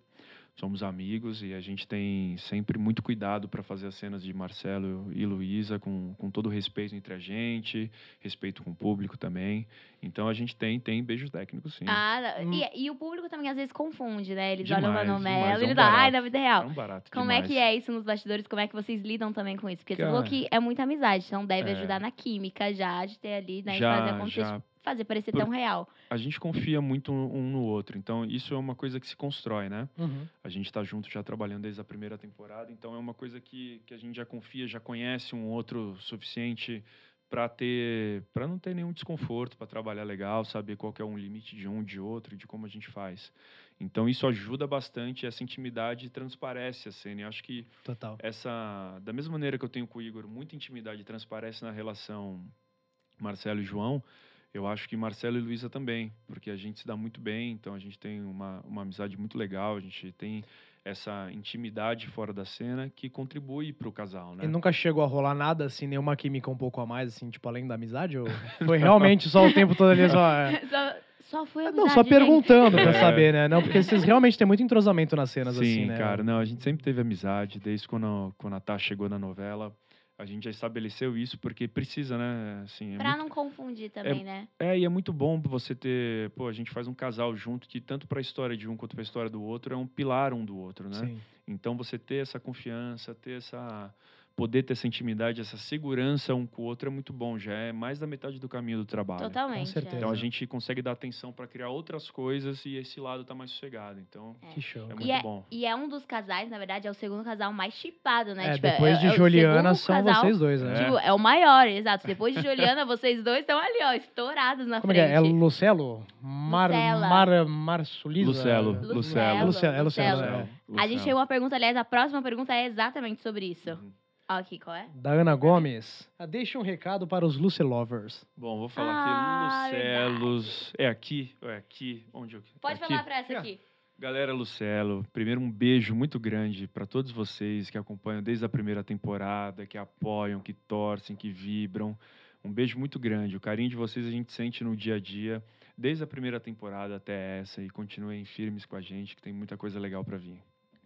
S2: Somos amigos e a gente tem sempre muito cuidado para fazer as cenas de Marcelo e Luísa com, com todo o respeito entre a gente, respeito com o público também. Então a gente tem, tem beijo técnico, sim.
S1: Ah, não.
S3: Hum.
S1: e, e o público também às vezes confunde, né? Eles olham
S2: Demais,
S1: na
S2: demais,
S1: novela
S2: é
S1: e
S2: um
S1: eles falam, ai,
S2: barato.
S1: na vida
S2: É
S1: real.
S2: um barato
S1: Como é
S2: demais.
S1: que é isso nos bastidores? Como é que vocês lidam também com isso? Porque você falou
S2: Cara.
S1: que é muita amizade, então deve
S2: É.
S1: ajudar na química já, de ter ali, né? e fazer
S2: Já,
S1: acontecer,
S2: já,
S1: fazer parecer
S2: Por-
S1: tão real.
S2: a gente confia muito um no outro, então isso é uma coisa que se constrói, né?
S3: Uhum.
S2: A gente está junto já trabalhando desde a primeira temporada, então é uma coisa que, que a gente já confia, já conhece um outro o suficiente para ter, para não ter nenhum desconforto, para trabalhar legal, saber qual que é um limite de um, de outro, de como a gente faz. Então isso ajuda bastante, essa intimidade transparece a cena. Eu acho que
S3: Total.
S2: essa da mesma maneira que eu tenho com o Igor muita intimidade transparece na relação Marcelo e João eu acho que Marcelo e Luísa também porque a gente se dá muito bem então a gente tem uma, uma amizade muito legal a gente tem essa intimidade fora da cena que contribui para o casal né
S3: E nunca chegou a rolar nada, assim, nenhuma química um pouco a mais, assim, tipo, além da amizade? Ou foi realmente só o tempo todo ali, só... é?
S1: só, só foi amizade,
S3: Não, só perguntando pra
S2: É.
S3: saber, né? Não, porque vocês realmente têm muito entrosamento nas cenas,
S2: Sim,
S3: assim, né?
S2: cara, não, a gente sempre teve amizade, desde quando, quando a Tá chegou na novela, a gente já estabeleceu isso, porque precisa, né, assim, é
S1: Gente. Pra
S2: muito
S1: não confundir também, né?
S2: É, e é muito bom você ter. Pô, a gente faz um casal junto que, tanto para a história de um quanto para a história do outro, é um pilar um do outro, né?
S3: Sim.
S2: Então, você ter essa confiança, ter essa. poder ter essa intimidade, essa segurança um com o outro é muito bom. Já é mais da metade do caminho do trabalho.
S1: Totalmente. é.
S3: certeza.
S2: Então, a gente consegue dar atenção para criar outras coisas e esse lado tá mais sossegado. Então,
S1: É.
S3: Que show.
S2: é
S3: cara.
S2: muito
S1: é-
S2: bom.
S1: E é um dos casais, na verdade, é o segundo casal mais chipado, né?
S3: É,
S1: Tipo,
S3: depois de
S1: é o segundo
S3: Juliana são
S1: casal,
S3: vocês dois, né?
S2: É.
S1: Tipo, é o maior, exato. Depois de Juliana, vocês dois estão ali, ó, estourados na
S3: Como é que
S1: frente.
S3: é? É Lucelo? Mar,
S1: Lucela.
S3: Mar, Marsulisa?
S2: Lucelo.
S1: Lucelo.
S2: Lucelo.
S3: É Lucelo, é Lucelo.
S1: Lucelo.
S3: é.
S1: A gente tem uma pergunta, aliás, a próxima pergunta é exatamente sobre isso.
S2: Uhum.
S1: Ó, aqui, qual é?
S3: Da Ana Gomes. Ah, Deixa um recado para os Lucelovers.
S2: Bom, vou
S1: Ah,
S2: falar aqui. Lucelos. É aqui? Ou é aqui? Onde eu. É
S1: Pode
S2: aqui?
S1: falar pra essa aqui.
S2: Galera Lucelo, primeiro um beijo muito grande para todos vocês que acompanham desde a primeira temporada, que apoiam, que torcem, que vibram. Um beijo muito grande. O carinho de vocês a gente sente no dia a dia, desde a primeira temporada até essa. E continuem firmes com a gente, que tem muita coisa legal para vir.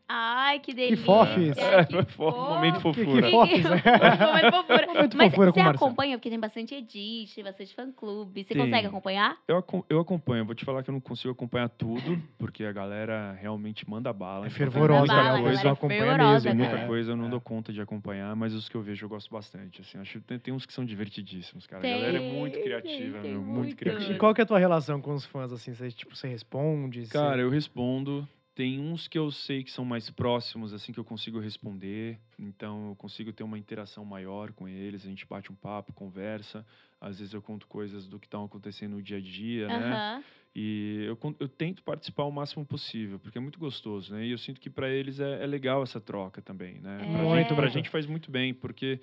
S1: Ai, que delícia.
S3: fofes.
S1: que
S2: Fo- um Momento
S1: fofo.
S2: fofura.
S3: Que- que fofes, né? Um
S1: Momento fofura.
S3: Momento
S1: Mas
S3: fofura
S1: você
S3: com o Marcelo.
S1: acompanha, porque tem bastante edit, tem bastante fã-clube. Você
S2: Tem.
S1: consegue acompanhar?
S2: Eu, acom- eu acompanho, vou te falar que eu não consigo acompanhar tudo, porque a galera realmente manda bala.
S3: É
S2: então tem
S3: fervorosa,
S1: Manda bala,
S3: galera.
S1: galera,
S3: Só acompanha
S1: fervorosa,
S3: mesmo.
S1: cara.
S2: Muita
S3: né?
S2: coisa eu não dou conta de acompanhar, mas os que eu vejo eu gosto bastante. Assim, acho que tem, tem uns que são divertidíssimos, cara. a galera é muito
S1: Tem,
S2: criativa,
S1: tem,
S2: meu,
S1: tem
S2: muito
S1: muitos.
S3: é
S2: criativa.
S3: E qual que é a tua relação com os fãs, assim? Você, tipo, você responde? você-
S2: Cara, eu respondo. Tem uns que eu sei que são mais próximos, assim, que eu consigo responder. Então, eu consigo ter uma interação maior com eles. A gente bate um papo, conversa. Às vezes eu conto coisas do que estão acontecendo no dia a dia, né?
S1: Aham.
S2: E eu, con- eu tento participar o máximo possível, porque é muito gostoso, né? E eu sinto que para eles é, é legal essa troca também, né? Pra
S1: Muito,
S2: gente, pra
S1: muito.
S2: gente faz muito bem, porque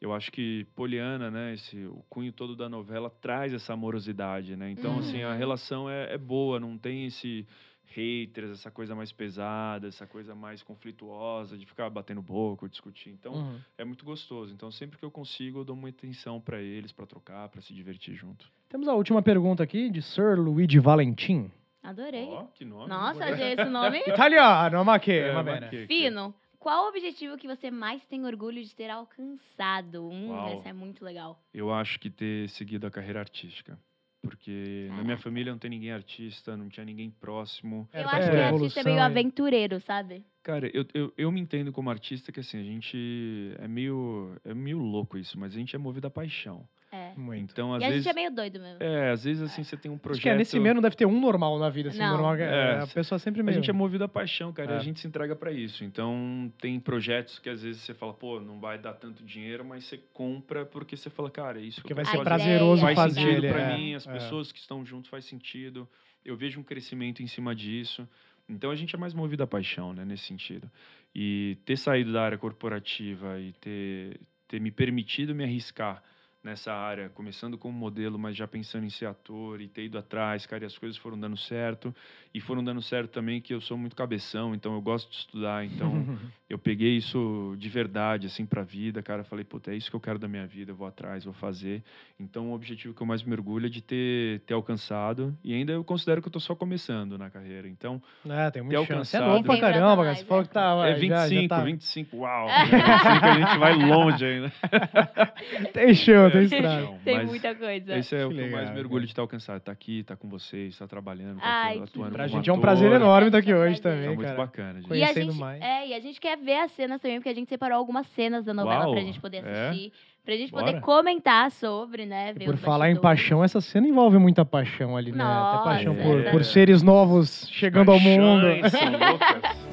S2: eu acho que Poliana, né? Esse, o cunho todo da novela traz essa amorosidade, né? Então, assim, a
S1: Uhum.
S2: relação é, é boa, não tem esse haters, essa coisa mais pesada, essa coisa mais conflituosa, de ficar batendo boca, discutir. Então,
S1: Hum.
S3: Uhum.
S2: é muito gostoso. Então, sempre que eu consigo, eu dou uma atenção para eles, para trocar, para se divertir junto.
S3: Temos a última pergunta aqui de Sir Luigi Valentim.
S1: Adorei.
S2: Ó, que nome.
S1: Nossa,
S2: bonito.
S1: gente, esse nome
S3: Italiano, ma che,
S2: É,
S3: va
S2: mas
S3: bene.
S2: que- que-
S1: fino. Qual o objetivo que você mais tem orgulho de ter alcançado? Hum,
S2: Uau.
S1: essa é muito legal.
S2: Eu acho que ter seguido a carreira artística. Porque na minha
S1: Caraca.
S2: família não tem ninguém artista, não tinha ninguém próximo.
S3: É,
S1: eu
S3: tá
S1: acho
S3: essa
S1: que o artista
S3: evolução
S1: é meio
S3: aí.
S1: aventureiro, sabe?
S2: Cara, eu, eu, eu me entendo como artista que assim, a gente é meio, é meio louco isso, mas a gente é movido à paixão.
S1: É.
S3: Muito.
S2: Então, às
S1: e a
S2: vezes.
S1: gente é meio doido mesmo.
S2: é, às vezes assim, você tem um
S3: Acho
S2: projeto.
S3: que é, nesse meio não deve ter um normal na vida, assim,
S1: Não.
S3: normal, é,
S2: É,
S3: a pessoa sempre
S2: A
S3: meio...
S2: gente é movido à paixão, cara, e
S3: É.
S2: a gente se entrega pra isso. Então, tem projetos que às vezes você fala, pô, não vai dar tanto dinheiro, mas você compra porque você fala, cara, é isso que
S3: Porque
S2: eu
S3: vai
S2: tô
S3: ser
S1: A
S2: fazendo.
S3: prazeroso
S1: ideia,
S2: faz
S3: fazer
S2: sentido
S3: ele.
S2: pra
S3: é,
S2: mim, as
S3: é.
S2: pessoas que estão junto faz sentido. Eu vejo um crescimento em cima disso. Então a gente é mais movido à paixão, né, nesse sentido. E ter saído da área corporativa e ter ter me permitido me arriscar nessa área, começando como modelo, mas já pensando em ser ator e ter ido atrás, cara, e as coisas foram dando certo. E foram dando certo também que eu sou muito cabeção, então eu gosto de estudar, então eu peguei isso de verdade, assim, pra vida, cara. Falei, puta, é isso que eu quero da minha vida, eu vou atrás, vou fazer. Então, o objetivo que eu mais me orgulho é de ter, ter alcançado. E ainda eu considero que eu tô só começando na carreira. Então,
S3: É, tem muita
S2: Ter
S3: chance. Você é
S2: alcançado.
S3: novo pra
S1: né? Tem pra
S3: caramba, cara.
S1: mais,
S3: Você falou que tá...
S2: é
S3: vai, já- já
S2: 25,
S3: tá-
S2: 25, uau! né? 25 a gente vai longe ainda.
S3: Tem chão, tem
S2: É,
S3: estrada.
S2: não,
S1: Tem
S2: mas
S1: muita coisa.
S2: Esse é o
S3: Que
S2: que eu mais
S3: legal,
S2: me orgulho de estar alcançado. Tá aqui, tá com vocês, tá trabalhando, tá
S1: Ai,
S2: atu-
S1: que
S2: atuando
S1: lindo.
S3: Pra
S2: como
S3: gente é um
S2: ator.
S3: prazer enorme estar aqui
S1: Prazer.
S3: hoje
S2: Tá
S3: também,
S2: muito
S3: cara.
S2: bacana, gente.
S1: E a
S3: conhecendo
S1: gente,
S3: mais.
S1: É, e a gente quer ver as cenas também, porque a gente separou algumas cenas da novela pra
S2: Uau,
S1: gente poder
S2: é?
S1: assistir. Pra gente poder
S2: Bora.
S1: comentar sobre, né?
S3: E
S1: ver
S3: Por
S1: os
S3: falar em
S1: bastidores.
S3: paixão, essa cena envolve muita paixão ali, né? Até
S1: Nossa,
S3: paixão por,
S2: é.
S3: por seres novos chegando ao mundo.
S2: Paixões são loucas.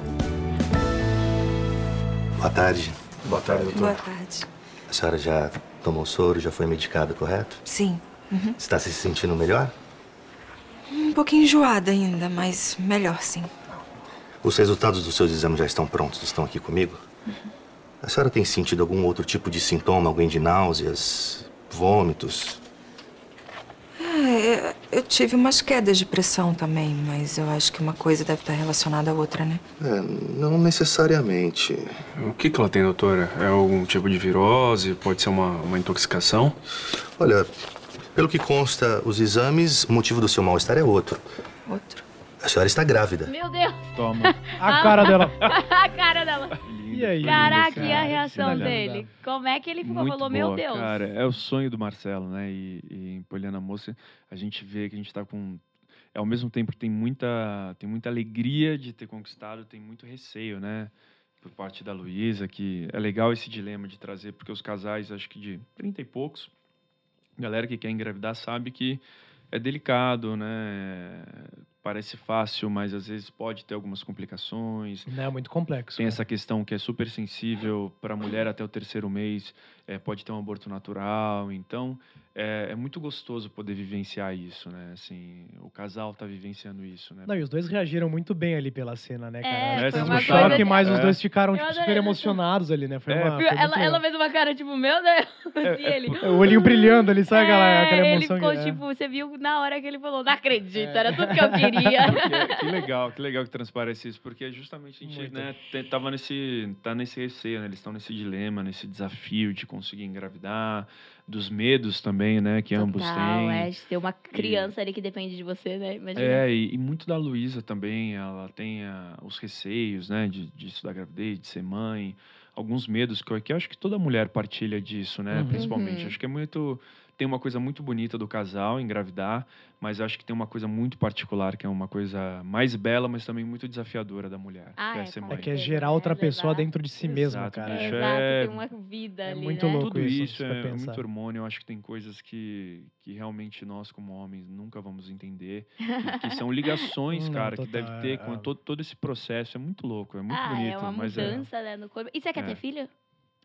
S5: Boa tarde. Boa tarde,
S6: Boa tarde.
S5: A senhora já tomou soro, já foi medicada, correto?
S6: Sim.
S5: Está se sentindo melhor?
S6: Um pouquinho enjoada ainda, mas melhor sim.
S5: Os resultados dos seus exames já estão prontos, estão aqui comigo? A senhora tem sentido algum outro tipo de sintoma, alguém de náuseas, vômitos?
S6: É, eu tive umas quedas de pressão também, mas eu acho que uma coisa deve estar relacionada à outra, né?
S5: É, não necessariamente.
S7: O que, que ela tem, doutora? É algum tipo de virose? Pode ser uma, uma intoxicação?
S5: Olha, pelo que consta os exames, o motivo do seu mal-estar é outro.
S6: Outro.
S5: A senhora está grávida.
S1: Meu Deus,
S2: Toma.
S3: A cara dela.
S1: a cara dela.
S3: E aí?
S1: Caraca,
S2: cara,
S1: e a
S2: que
S1: reação
S3: sinalhada.
S1: dele? Como é que ele ficou?
S2: Muito
S1: falou, meu
S2: boa,
S1: Deus.
S2: Cara, é o sonho do Marcelo, né? E, e em Poliana Moça, a gente vê que a gente tá com. é, Ao mesmo tempo que tem muita, tem muita alegria de ter conquistado, tem muito receio, né? Por parte da Luísa, que é legal esse dilema de trazer, porque os casais, acho que de 30 e poucos, galera que quer engravidar sabe que é delicado, né? Parece fácil, mas às vezes pode ter algumas complicações.
S3: Não, é muito complexo.
S2: Tem
S3: né?
S2: essa questão que é super sensível para a mulher até o terceiro mês, eh, pode ter um aborto natural, então é, é muito gostoso poder vivenciar isso, né? Assim, o casal tá vivenciando isso, né?
S3: Não, e os dois reagiram muito bem ali pela cena, né, cara?
S1: É,
S3: Acho que
S2: foi
S3: Vocês
S2: uma
S3: puxaram
S2: coisa
S3: que
S2: que-
S3: mais os
S2: É.
S3: dois ficaram
S1: Eu
S3: tipo, super
S1: adorei essa
S3: emocionados ali, né? Foi
S2: É.
S3: uma.
S1: Viu?
S3: foi
S1: Ela,
S3: muito-
S1: ela fez uma cara tipo, meu Deus. e ele.
S3: É, O olhinho brilhando ali, sabe aquela,
S1: É,
S3: aquela
S1: ele
S3: emoção?
S1: ficou
S3: que, é.
S1: tipo, você viu na hora que ele falou, não acredito, era tudo que eu queria.
S2: Que, que legal, que legal que transparece isso, porque é justamente a gente
S3: Muito.
S2: né, te- tava nesse, tá nesse receio, né? Eles estão nesse dilema, nesse desafio de conseguir engravidar, dos medos também, né? Que ambos
S1: Total,
S2: têm.
S1: é, de ter uma criança ali que depende de você, né? Imagina.
S2: É, e, e muito da Luísa também, ela tem ah, os receios, né, de, disso da gravidez, de ser mãe, alguns medos que eu, que eu acho que toda mulher partilha disso, né,
S3: Uhum.
S2: principalmente.
S1: Uhum.
S2: Acho que é muito Tem uma coisa muito bonita do casal engravidar, mas eu acho que tem uma coisa muito particular, que é uma coisa mais bela, mas também muito desafiadora da mulher,
S1: Ah,
S2: que é,
S1: é,
S2: ser
S1: com
S2: mãe.
S3: É que é
S1: Mas,
S3: gerar
S1: né,
S3: outra
S1: levar-
S3: pessoa dentro de si mesmo,
S2: Exato,
S3: cara.
S1: É,
S2: bicho,
S1: exato,
S2: é-
S1: tem uma vida
S3: é
S1: ali,
S3: muito
S1: né?
S3: louco.
S2: Tudo
S3: isso,
S2: isso
S3: se for
S2: é
S3: pensar.
S2: muito hormônio. Eu acho que tem coisas que, que realmente nós, como homens, nunca vamos entender. e que são ligações,
S3: Não,
S2: cara, que
S3: total,
S2: deve ter
S3: é,
S2: com
S3: é.
S2: todo, todo esse processo. É muito louco, é muito
S1: ah,
S2: bonito.
S1: é uma
S2: mas é-
S1: mudança, né, no corpo. E você quer
S2: É.
S1: ter filho?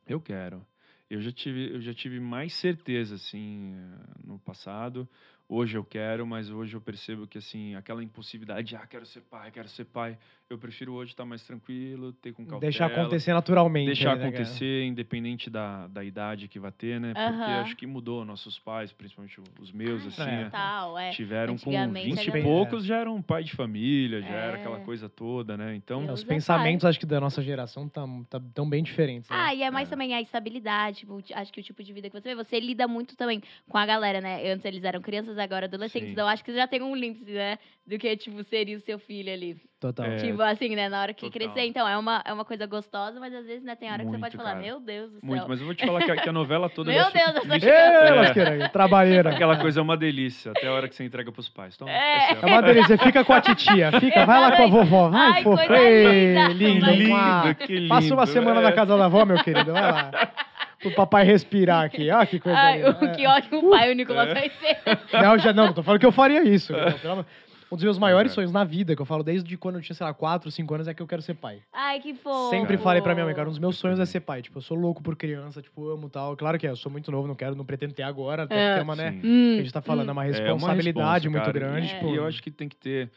S2: eu quero. Eu já tive, eu já tive mais certeza assim eh, no passado. Hoje eu quero, mas hoje eu percebo que assim aquela impulsividade, ah, quero ser pai, quero ser pai. Eu prefiro hoje estar mais tranquilo, ter com cautela.
S3: Deixar acontecer naturalmente.
S2: Deixar
S3: ali, né, cara?
S2: acontecer, independente da, da idade que vai ter, né? Porque
S1: Aham.
S2: acho que mudou. Nossos pais, principalmente o- os meus, assim, eh,
S3: é.
S1: Ah, Total, é.
S2: tiveram com
S1: Antigamente assim.
S2: 20
S3: era-
S2: e poucos, já eram pai de família, já era
S1: É.
S2: aquela coisa toda, né? Então,
S1: Eu-
S3: Os
S1: Deus é
S3: pensamentos, acho que da nossa geração, tá, tá tão bem diferentes. Né?
S1: Ah, e é mais
S2: É.
S1: também a estabilidade, tipo, ti- acho que o tipo de vida que você vê. Você lida muito também com a galera, né? Antes eles eram crianças, agora adolescentes.
S2: Sim.
S1: Então acho que você já tem um limite, né? Do que, tipo, seria o seu filho ali.
S3: Total.
S2: É,
S1: tipo, assim, né? Na hora que
S2: total.
S1: crescer. Então é uma, é uma coisa gostosa, mas às vezes, né? Tem hora que você
S2: Muito,
S1: pode falar,
S2: cara.
S1: meu Deus do céu.
S2: muito. Mas eu vou te falar que a, que a novela toda.
S1: meu
S2: me-
S1: Deus, essa
S2: me-
S1: criança.
S3: Ê,
S2: É.
S3: lasqueira, trabalheira.
S2: Aquela coisa é uma delícia, até a hora que você entrega pros pais. Toma,
S1: É.
S2: esse
S3: É uma delícia, fica com a titia, fica, vai lá com a vovó. Ai,
S1: Ai,
S3: fofo,
S1: coisa
S3: ei,
S1: linda.
S3: lindo.
S1: Vai
S3: com a-
S2: Lindo, que lindo.
S3: Passa uma semana
S2: é.
S3: na casa da avó, meu querido, vai lá. Pro papai respirar aqui, ó que coisa
S1: Ai, o,
S3: linda.
S1: que ótimo pai o Nicolas
S2: É.
S1: vai ser.
S3: Não, já não, não tô falando que eu faria isso. meu, pelo amor- Um dos meus maiores
S2: É.
S3: sonhos na vida, que eu falo desde quando eu tinha, sei lá, 4, 5 anos, é que eu quero ser pai.
S1: Ai, que fofo.
S3: Sempre falei pra minha mãe, cara, um dos meus
S2: Eu
S3: sonhos é
S2: também.
S3: ser pai. Tipo, eu sou louco por criança, tipo, amo tal. Claro que é, eu sou muito novo, não quero, não pretendo ter agora, até
S1: É.
S3: porque é uma, né?
S2: Sim.
S3: que A
S1: Hum,
S3: gente tá falando, é uma
S2: É uma
S3: responsabilidade
S2: responsa,
S3: muito
S2: cara,
S3: grande.
S1: É.
S2: E,
S3: Tipo,
S2: e eu acho que tem que ter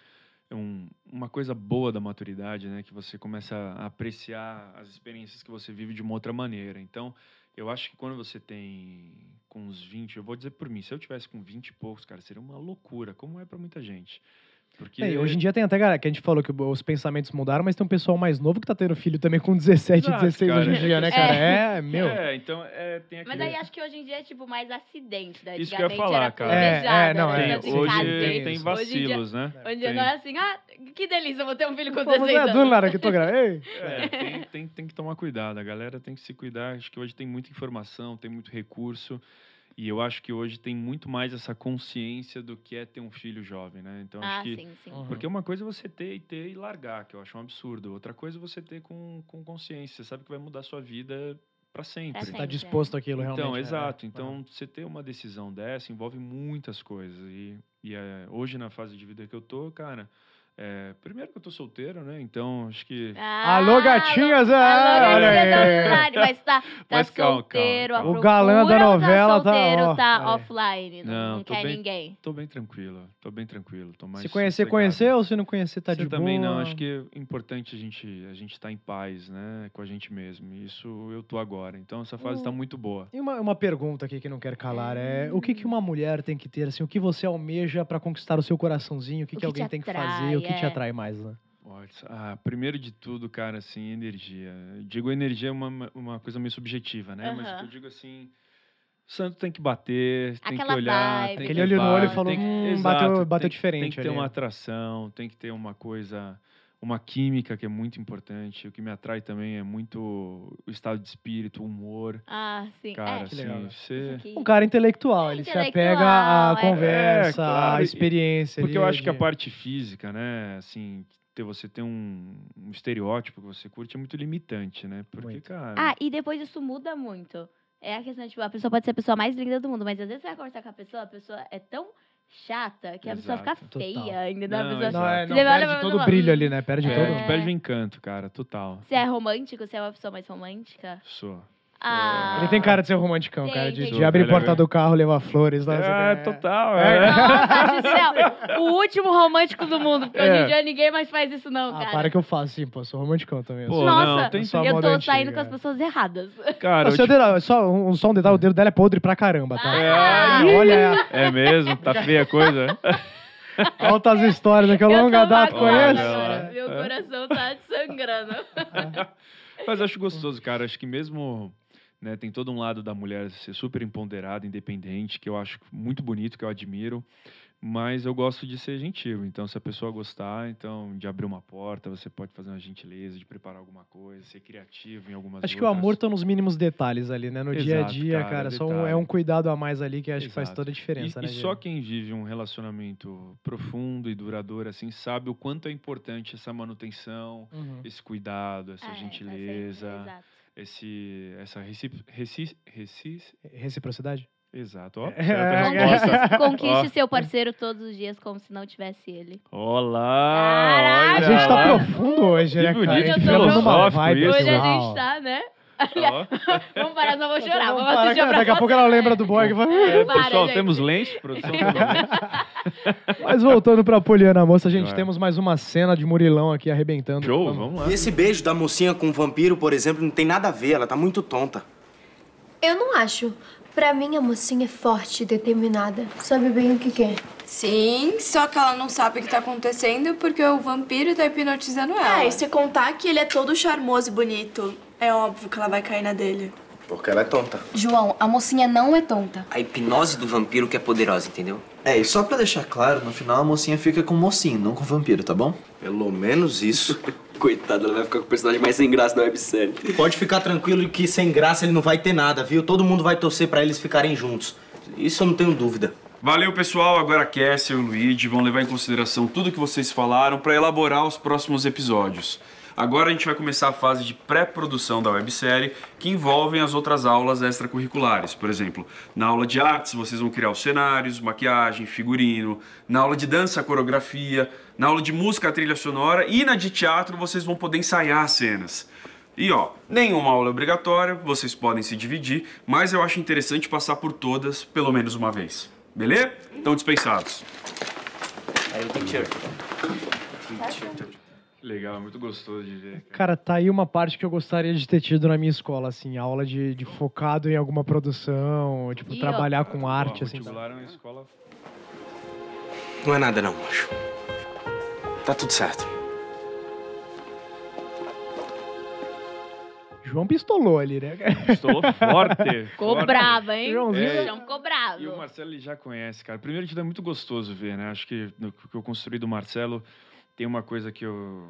S2: um- uma coisa boa da maturidade, né? Que você começa a apreciar as experiências que você vive de uma outra maneira. Então, eu acho que quando você tem com uns 20, eu vou dizer por mim, se eu tivesse com 20 e poucos, cara, seria uma loucura, como é pra muita gente. Porque
S3: É, e hoje em dia tem até, cara, que a gente falou que os pensamentos mudaram, mas tem um pessoal mais novo que tá tendo filho também com 17,
S2: Exato,
S3: 16 hoje em
S2: cara.
S3: dia, né,
S2: É.
S3: cara? É, meu. É,
S2: É, então é, tem aquele...
S1: Mas aí acho que hoje em dia é tipo mais acidente, né?
S2: Isso que eu ia
S1: Antigamente
S2: falar,
S1: era
S2: cara.
S1: planejado,
S3: É, é, não,
S1: era
S3: é,
S1: tipo assim,
S3: sim.
S2: hoje
S1: casei,
S3: casei.
S1: Hoje
S2: tem
S1: em dia-
S2: vacilos, né?
S1: Hoje
S2: Tem.
S1: agora assim, ah, que delícia, vou ter um filho com
S3: Pô, mas
S1: 16
S3: é do
S1: anos.
S3: nada que eu tô gravando. Ei.
S2: É, tem, tem, tem que tomar cuidado. A galera tem que se cuidar. Acho que hoje tem muita informação, tem muito recurso. E eu acho que hoje tem muito mais essa consciência do que é ter um filho jovem, né? Então, acho
S1: Ah,
S2: que.
S1: sim, sim.
S2: Porque uma coisa é você ter e ter e largar, que eu acho um absurdo. Outra coisa é você ter com, com consciência. Você sabe que vai mudar sua vida para sempre.
S1: Pra sempre.
S3: Tá disposto àquilo, realmente.
S2: Então,
S3: né?
S2: exato.
S3: É.
S2: Então, você ter uma decisão dessa envolve muitas coisas. E, e eh, hoje, na fase de vida que eu tô, cara, eh, primeiro que eu tô solteiro, né? Então, acho que.
S1: Ah,
S3: Alô, gatinhas! é,
S1: Alô,
S3: olha
S1: gatinhas da
S3: aí.
S1: Unidade, mas tá, tá
S2: Mas calma,
S1: solteiro,
S2: calma,
S1: a
S2: calma.
S3: O galã da
S1: procura,
S3: novela tá,
S1: tá solteiro,
S3: ó,
S1: tá
S3: olha aí.
S1: offline, não,
S2: Não,
S1: não
S2: tô
S1: quer
S2: bem-
S1: ninguém.
S2: Tô bem tranquilo, tô bem tranquilo. Tô mais
S3: Se conhecer,
S2: sossegado.
S3: conhecer, ou se não conhecer, tá
S2: Você
S3: de boa.
S2: também não, acho que é importante a gente a gente tá em paz, né, com a gente mesmo. E Isso eu tô agora. Então essa fase tá
S3: Hum.
S2: muito boa.
S3: E uma, uma pergunta aqui que não quero calar é: o
S1: Hum.
S3: que, que uma mulher tem que ter, assim, o que você almeja pra conquistar o seu coraçãozinho, o que,
S1: O
S3: que,
S1: que
S3: alguém
S1: te
S3: tem que
S1: atrai,
S3: fazer, o que te
S1: é.
S3: atrai mais, né?
S2: Putz, Ah, primeiro de tudo, cara, assim, energia. Eu digo energia é uma, uma coisa meio subjetiva, né? Mas o que
S1: Aham.
S2: eu digo assim, santo tem que bater, tem
S1: Aquela
S2: que olhar,
S1: vibe.
S2: tem
S3: Aquele
S2: que
S3: olho no olho e
S2: vibe,
S3: falou,
S2: tem que-
S3: hum,
S2: exato,
S3: bateu, bateu
S2: tem que-
S3: diferente
S2: Tem que ter
S3: ali.
S2: uma atração, tem que ter uma coisa, uma química que é muito importante. O que me atrai também é muito o estado de espírito, o humor.
S1: Ah, sim.
S2: Cara,
S1: é.
S3: Que
S2: assim,
S3: legal, né?
S2: você.
S1: Isso aqui.
S3: Um cara intelectual,
S1: É
S3: ele se
S1: intelectual,
S3: apega à
S1: é.
S3: conversa,
S2: É, claro,
S3: à
S2: e-
S3: experiência.
S2: Porque
S3: ali, né?
S2: eu acho que a
S3: de-
S2: parte física, né, assim, ter, você ter um, um estereótipo que você curte é muito limitante, né? Porque,
S3: Muito.
S2: cara.
S1: Ah, e depois isso muda muito. É a questão, tipo, a pessoa pode ser a pessoa mais linda do mundo, mas às vezes você vai conversar com a pessoa, a pessoa é tão chata que a pessoa fica
S2: Exato.
S1: feia
S3: Total.
S1: ainda. né? A
S2: Não,
S1: pessoa
S3: Não, é, não,
S1: Você olha
S3: perde
S1: pra
S3: todo
S1: pessoa
S3: o
S1: e fala,
S3: brilho
S1: "Hum".
S3: ali, né? Perde
S1: É.
S3: todo.
S2: Perde, perde o um encanto, cara, total.
S1: Você é romântico? Você é uma pessoa mais romântica?
S2: Sou.
S1: Ah.
S3: Ele tem cara de ser romântico,
S1: Tem,
S3: cara, de,
S1: tem.
S3: de abrir a
S2: Ele é
S3: porta
S2: legal.
S3: do carro, levar flores. né? lá, não sei o
S2: É,
S3: quê.
S2: total,
S3: É.
S2: é.
S1: Nossa, Gisele, o último romântico do mundo, porque hoje
S2: É.
S1: em dia ninguém mais faz isso, não,
S3: Ah,
S1: cara.
S3: para que eu faço, sim, pô, sou romanticão também. eu
S2: Pô,
S3: sou.
S1: Nossa,
S2: não, tem
S3: só a
S1: eu
S3: moda
S1: tô
S3: antiga,
S1: saindo com as
S3: é.
S1: pessoas erradas.
S2: Cara, eu
S3: Seu
S2: te-
S3: dedo- só um, um só um detalhe, o dedo dela é podre pra caramba, tá?
S2: Ah,
S3: É, olha,
S2: é mesmo? Tá feia a coisa?
S3: altas histórias aqui, eu
S1: Eu tô
S3: longa data
S1: magoada
S3: conheço.
S2: Olha lá. É.
S1: agora, Meu coração tá sangrando.
S2: Mas acho gostoso, cara. Acho que mesmo né? Tem todo um lado da mulher ser super empoderada, independente, que eu acho muito bonito, que eu admiro. Mas eu gosto de ser gentil. Então, se a pessoa gostar, então, de abrir uma porta, você pode fazer uma gentileza, de preparar alguma coisa, ser criativo em algumas
S3: Acho que o amor tá nos mínimos detalhes ali, né? No dia a
S2: Exato,
S3: dia, cara.
S2: cara,
S3: só um-
S2: detalhe.
S3: é um cuidado a mais ali que acho que faz
S2: Exato.
S3: toda a diferença,
S2: e,
S3: né?
S2: e
S3: Diego?
S2: só quem vive um relacionamento profundo e duradouro assim sabe o quanto é importante essa manutenção,
S3: Uhum.
S2: esse cuidado, essa
S1: É,
S2: gentileza,
S1: essa- exato.
S2: esse essa recíproca. Reci, reci-
S3: Reciprocidade?
S2: exato, ó.
S3: É,
S2: certa
S3: é,
S2: resposta.
S1: Conquiste, conquiste
S2: Ó.
S1: seu parceiro todos os dias como se não tivesse ele.
S2: Olá!
S1: Caraca!
S2: olha
S3: A gente tá
S2: lá.
S3: profundo hoje,
S2: Que
S3: né,
S2: bonito,
S3: cara? A gente
S1: que
S3: entramos numa
S2: filosófico
S3: vibe, assim.
S2: isso.
S1: Hoje a
S3: pessoal.
S1: gente tá, né?
S2: Ó.
S1: Vamos parar, não vou chorar. Vamos
S3: Vamos parar,
S1: assistir
S3: cara,
S1: outra
S3: Daqui a pouco ela lembra do boy que fala...
S1: É, para,
S2: Pessoal,
S1: gente.
S2: temos lente? Produção, temos lente?
S3: Mas voltando pra Poliana Moça, gente,
S2: Vai.
S3: temos mais uma cena de Murilão aqui
S2: É.
S3: arrebentando.
S2: Show, vamos lá.
S8: E esse beijo da mocinha com o vampiro, por exemplo, não tem nada a ver, ela tá muito tonta.
S9: Eu não acho. Pra mim, a mocinha é forte e determinada. Sabe bem o que é. quer.
S10: Sim, só que ela não sabe o que tá acontecendo porque o vampiro tá hipnotizando ela.
S11: É, e se contar que ele é todo charmoso e bonito, é óbvio que ela vai cair na dele.
S8: Porque ela é tonta.
S9: João, a mocinha não é tonta.
S12: A hipnose do vampiro que é poderosa, entendeu?
S13: É, e só pra deixar claro, no final a mocinha fica com o mocinho, não com o vampiro, tá bom?
S8: Pelo menos isso.
S12: Coitada, ela vai ficar com o personagem mais sem graça da websérie.
S8: Pode ficar tranquilo que sem graça ele não vai ter nada, viu? Todo mundo vai torcer pra eles ficarem juntos. Isso eu não tenho dúvida.
S7: Valeu, pessoal. Agora a Cassie e o Luigi vão levar em consideração tudo que vocês falaram para elaborar os próximos episódios. Agora a gente vai começar a fase de pré-produção da websérie, que envolvem as outras aulas extracurriculares. Por exemplo, na aula de artes, vocês vão criar os cenários, maquiagem, figurino. Na aula de dança, a coreografia. Na aula de música, a trilha sonora. E na de teatro, vocês vão poder ensaiar as cenas. E ó, nenhuma aula é obrigatória, vocês podem se dividir, mas eu acho interessante passar por todas pelo menos uma vez. Beleza? Estão dispensados.
S2: Legal, muito gostoso de ver.
S3: Cara, tá aí uma parte que eu gostaria de ter tido na minha escola, assim, aula de, de focado em alguma produção, tipo,
S1: E, ó,
S3: trabalhar com arte,
S2: Ó,
S3: assim.
S2: vestibular é uma escola
S8: Não é nada não, macho. Tá tudo certo.
S3: João pistolou ali, né?
S2: Estou forte.
S1: Ficou
S2: forte.
S1: brava, hein?
S3: Joãozinho.
S1: O João ficou bravo.
S2: E o Marcelo ele já conhece, cara. Primeiro de tudo é muito gostoso ver, né? Acho que no que eu construí do Marcelo tem uma coisa que eu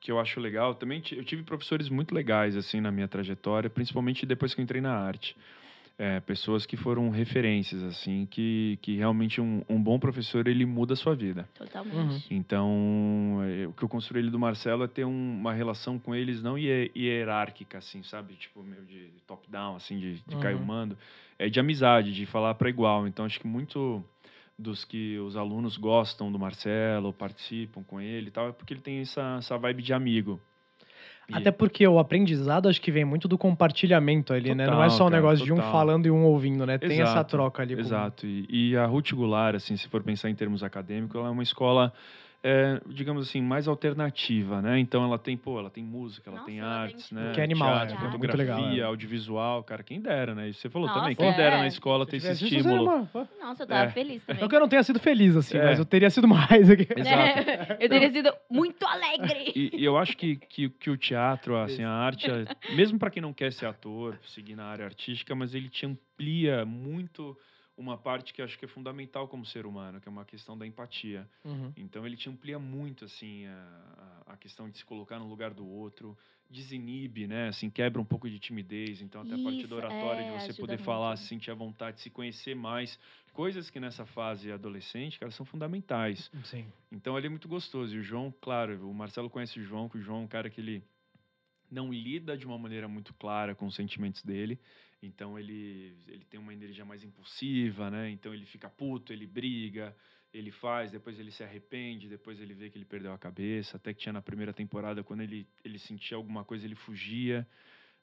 S2: que eu acho legal. Também ti- eu tive professores muito legais assim na minha trajetória, principalmente depois que eu entrei na arte. É, pessoas que foram referências assim, que que realmente um, um bom professor ele muda a sua vida.
S1: Totalmente.
S2: Então, eh, o que eu construí ali do Marcelo é ter um- uma relação com eles não hie- hierárquica, assim, sabe? Tipo, meio de top-down, assim, de, de cair o
S3: Uhum.
S2: mando. É de amizade, de falar para igual. Então, acho que muito dos que os alunos gostam do Marcelo, participam com ele e tal, é porque ele tem essa, essa vibe de amigo. E-
S3: Até porque o aprendizado acho que vem muito do compartilhamento ali, né? Não é
S2: Total,
S3: só um
S2: cara,
S3: negócio de um
S2: total.
S3: falando e um ouvindo, né? Tem essa
S2: Exato,
S3: troca ali. com-
S2: Exato. E, e a Ruth Goulart, assim, se for pensar em termos acadêmicos, ela é uma escola, eh, digamos assim, mais alternativa, né? Então ela tem, pô, ela tem música, ela
S1: Nossa,
S2: tem
S1: ela tem
S2: artes, né?
S3: Que animal,
S2: teatro,
S1: é, muito
S2: fotografia,
S3: legal, é.
S2: audiovisual, cara, quem dera, né? Isso você falou também,
S1: Nossa,
S2: quem dera
S1: é.
S2: na escola
S3: Se
S2: ter esse
S3: tivesse isso, eu seria
S2: estímulo.
S3: uma-
S1: Nossa, eu tava
S2: É.
S1: feliz também. Né?
S3: Não que eu não tenha sido feliz, assim,
S2: É.
S3: mas eu teria sido mais aqui.
S2: Exato.
S1: Eu teria sido muito alegre.
S2: E, e eu acho que, que, que o teatro, assim, a arte, é- mesmo para quem não quer ser ator, seguir na área artística, mas ele te amplia muito uma parte que eu acho que é fundamental como ser humano, que é uma questão da empatia.
S3: Uhum.
S2: Então ele te amplia muito assim a, a- a questão de se colocar no lugar do outro, desinibe, né? Assim quebra um pouco de timidez. Então até a parte
S1: Isso,
S2: do oratório
S1: é,
S2: de você
S1: ajuda
S2: poder
S1: muito,
S2: falar,
S1: né?
S2: se sentir à vontade, se conhecer mais, coisas que nessa fase adolescente, cara, são fundamentais.
S3: Sim.
S2: Então ele é muito gostoso. E o João, claro, o Marcelo conhece o João, que o João é um cara que ele não lida de uma maneira muito clara com os sentimentos dele. Então ele, ele tem uma energia mais impulsiva, né? Então ele fica puto, ele briga, ele faz, depois ele se arrepende, depois ele vê que ele perdeu a cabeça, até que tinha na primeira temporada, quando ele, ele sentia alguma coisa, ele fugia.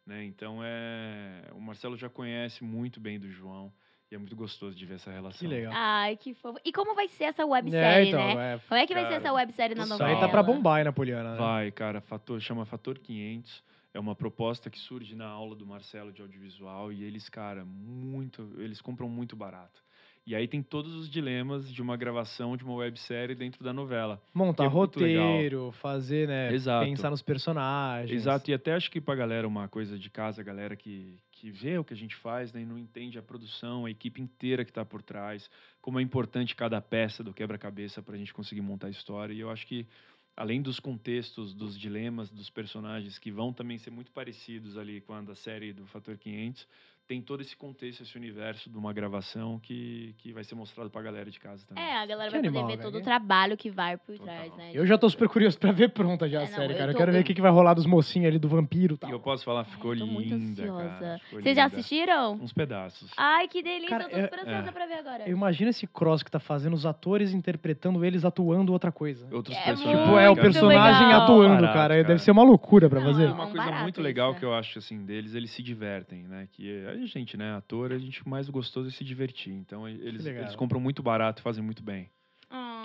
S2: Né? Então é. O Marcelo já conhece muito bem do João. E é muito gostoso de ver essa relação.
S3: Que legal.
S1: Ai, que fofo. E como vai ser essa websérie, né?
S3: é,
S1: Como é que vai ser
S2: então, Cara,
S1: essa websérie na
S2: isso aí
S3: Isso
S1: novela?
S3: aí tá pra bombar, hein, na Poliana, né?
S2: Vai, cara, fator, chama Fator 500. É uma proposta que surge na aula do Marcelo de audiovisual e eles, cara, muito, eles compram muito barato. E aí tem todos os dilemas de uma gravação de uma websérie dentro da novela. que
S3: Montar
S2: é muito legal.
S3: roteiro, fazer, né?
S2: Exato.
S3: Pensar nos personagens.
S2: Exato, e até acho que pra galera uma coisa de casa, a galera que, que vê o que a gente faz né, e não entende a produção, a equipe inteira que está por trás, como é importante cada peça do quebra-cabeça para a gente conseguir montar a história. E eu acho que, além dos contextos, dos dilemas dos personagens, que vão também ser muito parecidos ali com a da série do Fator 500, tem todo esse contexto, esse universo de uma gravação que, que vai ser mostrado para a galera de casa também.
S1: É, a galera
S3: Que
S1: vai
S3: animal,
S1: poder ver
S3: velho.
S1: todo o trabalho que vai por trás, né?
S3: Eu já tô super curioso pra ver pronta já a
S1: É, não,
S3: série,
S1: eu
S3: cara. Eu,
S1: tô
S3: quero ver o
S1: bem-
S3: que, que vai rolar dos mocinhos ali, do vampiro e tal.
S2: E eu posso falar, ficou
S1: muito
S2: linda,
S1: ansiosa.
S2: cara. ficou
S1: Vocês já
S2: linda.
S1: assistiram?
S2: Uns pedaços.
S1: Ai, que delícia,
S3: Cara,
S1: eu tô super
S2: é-
S1: ansiosa
S2: é.
S1: pra ver agora.
S3: Eu imagino esse cross que tá fazendo os atores interpretando eles atuando outra coisa.
S2: Outros
S3: Tipo,
S2: personagens.
S3: é o
S2: cara.
S3: personagem atuando, cara. Deve ser uma loucura pra
S1: é um
S3: fazer.
S2: Uma coisa muito legal que eu acho assim deles, eles se divertem, né? Que a gente, né, ator, a gente mais gostoso é se divertir. Então e- eles,
S3: legal.
S2: eles compram muito barato e fazem muito bem.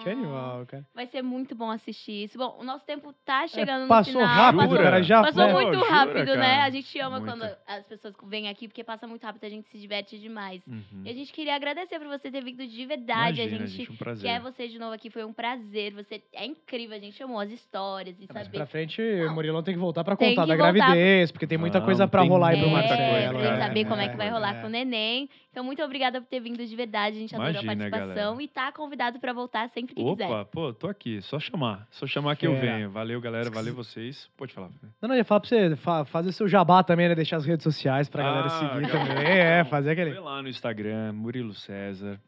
S3: Que animal, cara.
S1: Ah, Vai ser muito bom assistir isso. Bom, o nosso tempo tá chegando
S3: passou
S1: no final.
S3: rápido, cara, já
S1: Passou
S3: foi.
S1: muito
S3: Jura,
S1: rápido, né?
S3: cara?
S1: A gente ama
S3: Muito.
S1: quando as pessoas vêm aqui, porque passa muito rápido, a gente se diverte demais. E a gente queria agradecer por você ter vindo de Uhum. verdade.
S2: Uhum. Imagina,
S1: a gente,
S2: gente, um prazer.
S1: quer você de novo aqui, foi um prazer. Você é incrível, a gente amou as histórias e saber.
S3: É, Ah,
S1: Ah,
S3: Pra frente, o Murilão tem que voltar pra
S1: Tem
S3: contar
S1: que
S3: da
S1: voltar.
S3: gravidez, porque tem muita coisa pra rolar aí pro né?
S1: é,
S3: Marcelo.
S1: pra gente saber como é que vai rolar com o neném. Então, muito obrigada por ter vindo de verdade. A gente adorou
S2: Imagina,
S1: a participação e tá convidado pra voltar sempre que quiser.
S2: Opa, pô, tô aqui, só chamar. Só chamar que eu
S3: Fera.
S2: venho. Valeu, galera, valeu vocês. Pode falar. né?
S3: Não, não, eu ia falar pra você fa- fazer seu jabá também, né? Deixar as redes sociais pra galera
S2: Ah,
S3: seguir
S2: cara.
S3: também. É, fazer aquele.
S2: Foi lá no Instagram, Murilo César,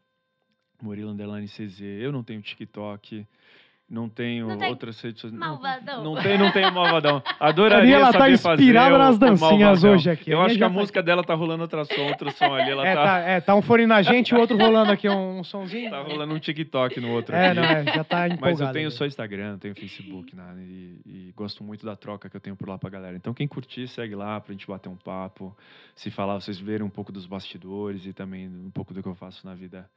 S2: Murilo Underline CZ. Eu não tenho TikTok, não tenho
S1: Não tem
S2: outras redes sociais. não-
S1: Malvadão.
S2: Não tem, não tem o Malvadão.
S3: Ari,
S2: Adoraria
S3: ela tá
S2: saber
S3: inspirada
S2: fazer o-
S3: nas
S2: o
S3: dancinhas
S2: Malvadão.
S3: hoje aqui.
S2: Eu
S3: Ari
S2: acho que
S3: já
S2: a
S3: tá-
S2: música dela tá rolando outra som, outro som ali. Ela
S3: É,
S2: tá,
S3: tá, é, tá um fone na gente e o outro rolando aqui um, um somzinho.
S2: tá rolando um TikTok no outro
S3: É,
S2: aqui.
S3: não, é, já tá
S2: Mas eu
S3: empolgado,
S2: tenho
S3: né?
S2: só Instagram, tenho Facebook, nada. E, e gosto muito da troca que eu tenho por lá pra galera. Então quem curtir, segue lá pra gente bater um papo. Se falar, vocês verem um pouco dos bastidores e também um pouco do que eu faço na vida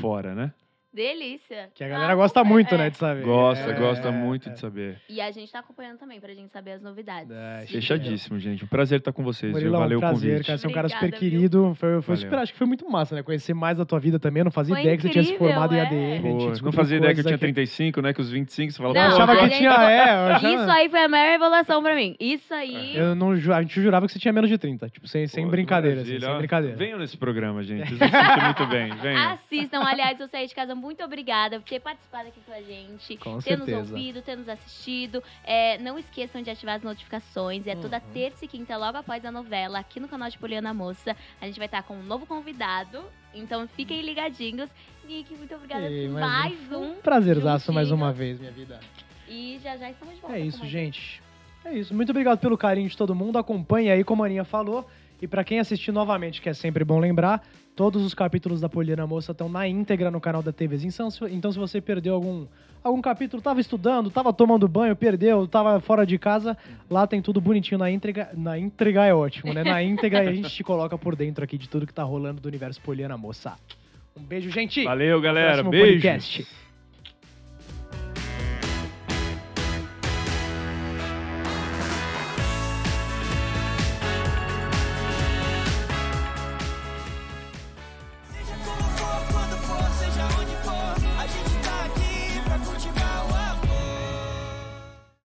S2: fora, né?
S1: Delícia. Tá
S3: Que a galera gosta
S1: Ah,
S3: muito, né, de saber.
S2: Gosta,
S3: É,
S2: gosta
S3: é,
S2: muito de saber.
S1: E a gente tá acompanhando também pra gente saber as novidades.
S3: É,
S2: Fechadíssimo, gente. Um prazer estar com vocês. viu?
S3: Murilão,
S2: Valeu
S3: um prazer,
S2: o convite.
S3: cara. Você é um cara super
S1: Obrigada,
S3: querido. Foi, foi
S2: Valeu.
S3: super, acho que foi muito massa, né? Conhecer mais da tua vida também. Eu não fazia
S1: Foi
S3: ideia que você tinha se
S1: incrível,
S3: formado em
S1: é.
S3: ADM. a gente
S2: Pô, não
S3: descobriu
S2: fazia ideia que eu
S3: coisas
S2: tinha
S3: aqui.
S2: 35, né? Que os 25 você falava.
S3: Não,
S2: pô,
S3: achava
S2: agora-
S3: que tinha- é, eu achava-
S1: Isso aí foi a maior revelação pra mim. Isso aí.
S3: Eu não, ju- a gente jurava que você tinha menos de 30, tipo, sem, sem brincadeira, assim,
S2: Maravilha,
S3: sem
S2: ó.
S3: brincadeira.
S2: Venham nesse programa, gente. Vocês vão se sentir muito bem.
S3: Ah,
S2: Venham.
S1: Assistam, aliás, eu saí de casa muito obrigada por ter participado aqui com a gente,
S2: Com
S1: ter nos
S2: certeza.
S1: ouvido, ter nos assistido. É, não esqueçam de ativar as notificações. É
S3: Uhum.
S1: toda terça e quinta, logo após a novela, aqui no canal de Poliana Moça. A gente vai estar com um novo convidado. Então fiquem ligadinhos. Nick, muito obrigada
S3: E
S1: por
S3: mais um-
S1: mais um.
S3: Prazerzaço mais uma vez, minha vida.
S1: E já já estamos de volta. um.
S3: É isso, gente. É isso. Muito obrigado pelo carinho de todo mundo. Acompanhe aí, como a Aninha falou. E pra quem assistir novamente, que é sempre bom lembrar, todos os capítulos da Poliana Moça estão na íntegra no canal da TVzinho. Então, se- Então, se você perdeu algum, algum capítulo, tava estudando, tava tomando banho, perdeu, tava fora de casa, lá tem tudo bonitinho na íntegra. Na íntegra é ótimo, né? Na íntegra a gente te coloca por dentro aqui de tudo que tá rolando do universo Poliana Moça. Um beijo, gente.
S2: Valeu, galera.
S3: Próximo
S2: Beijo.
S3: podcast.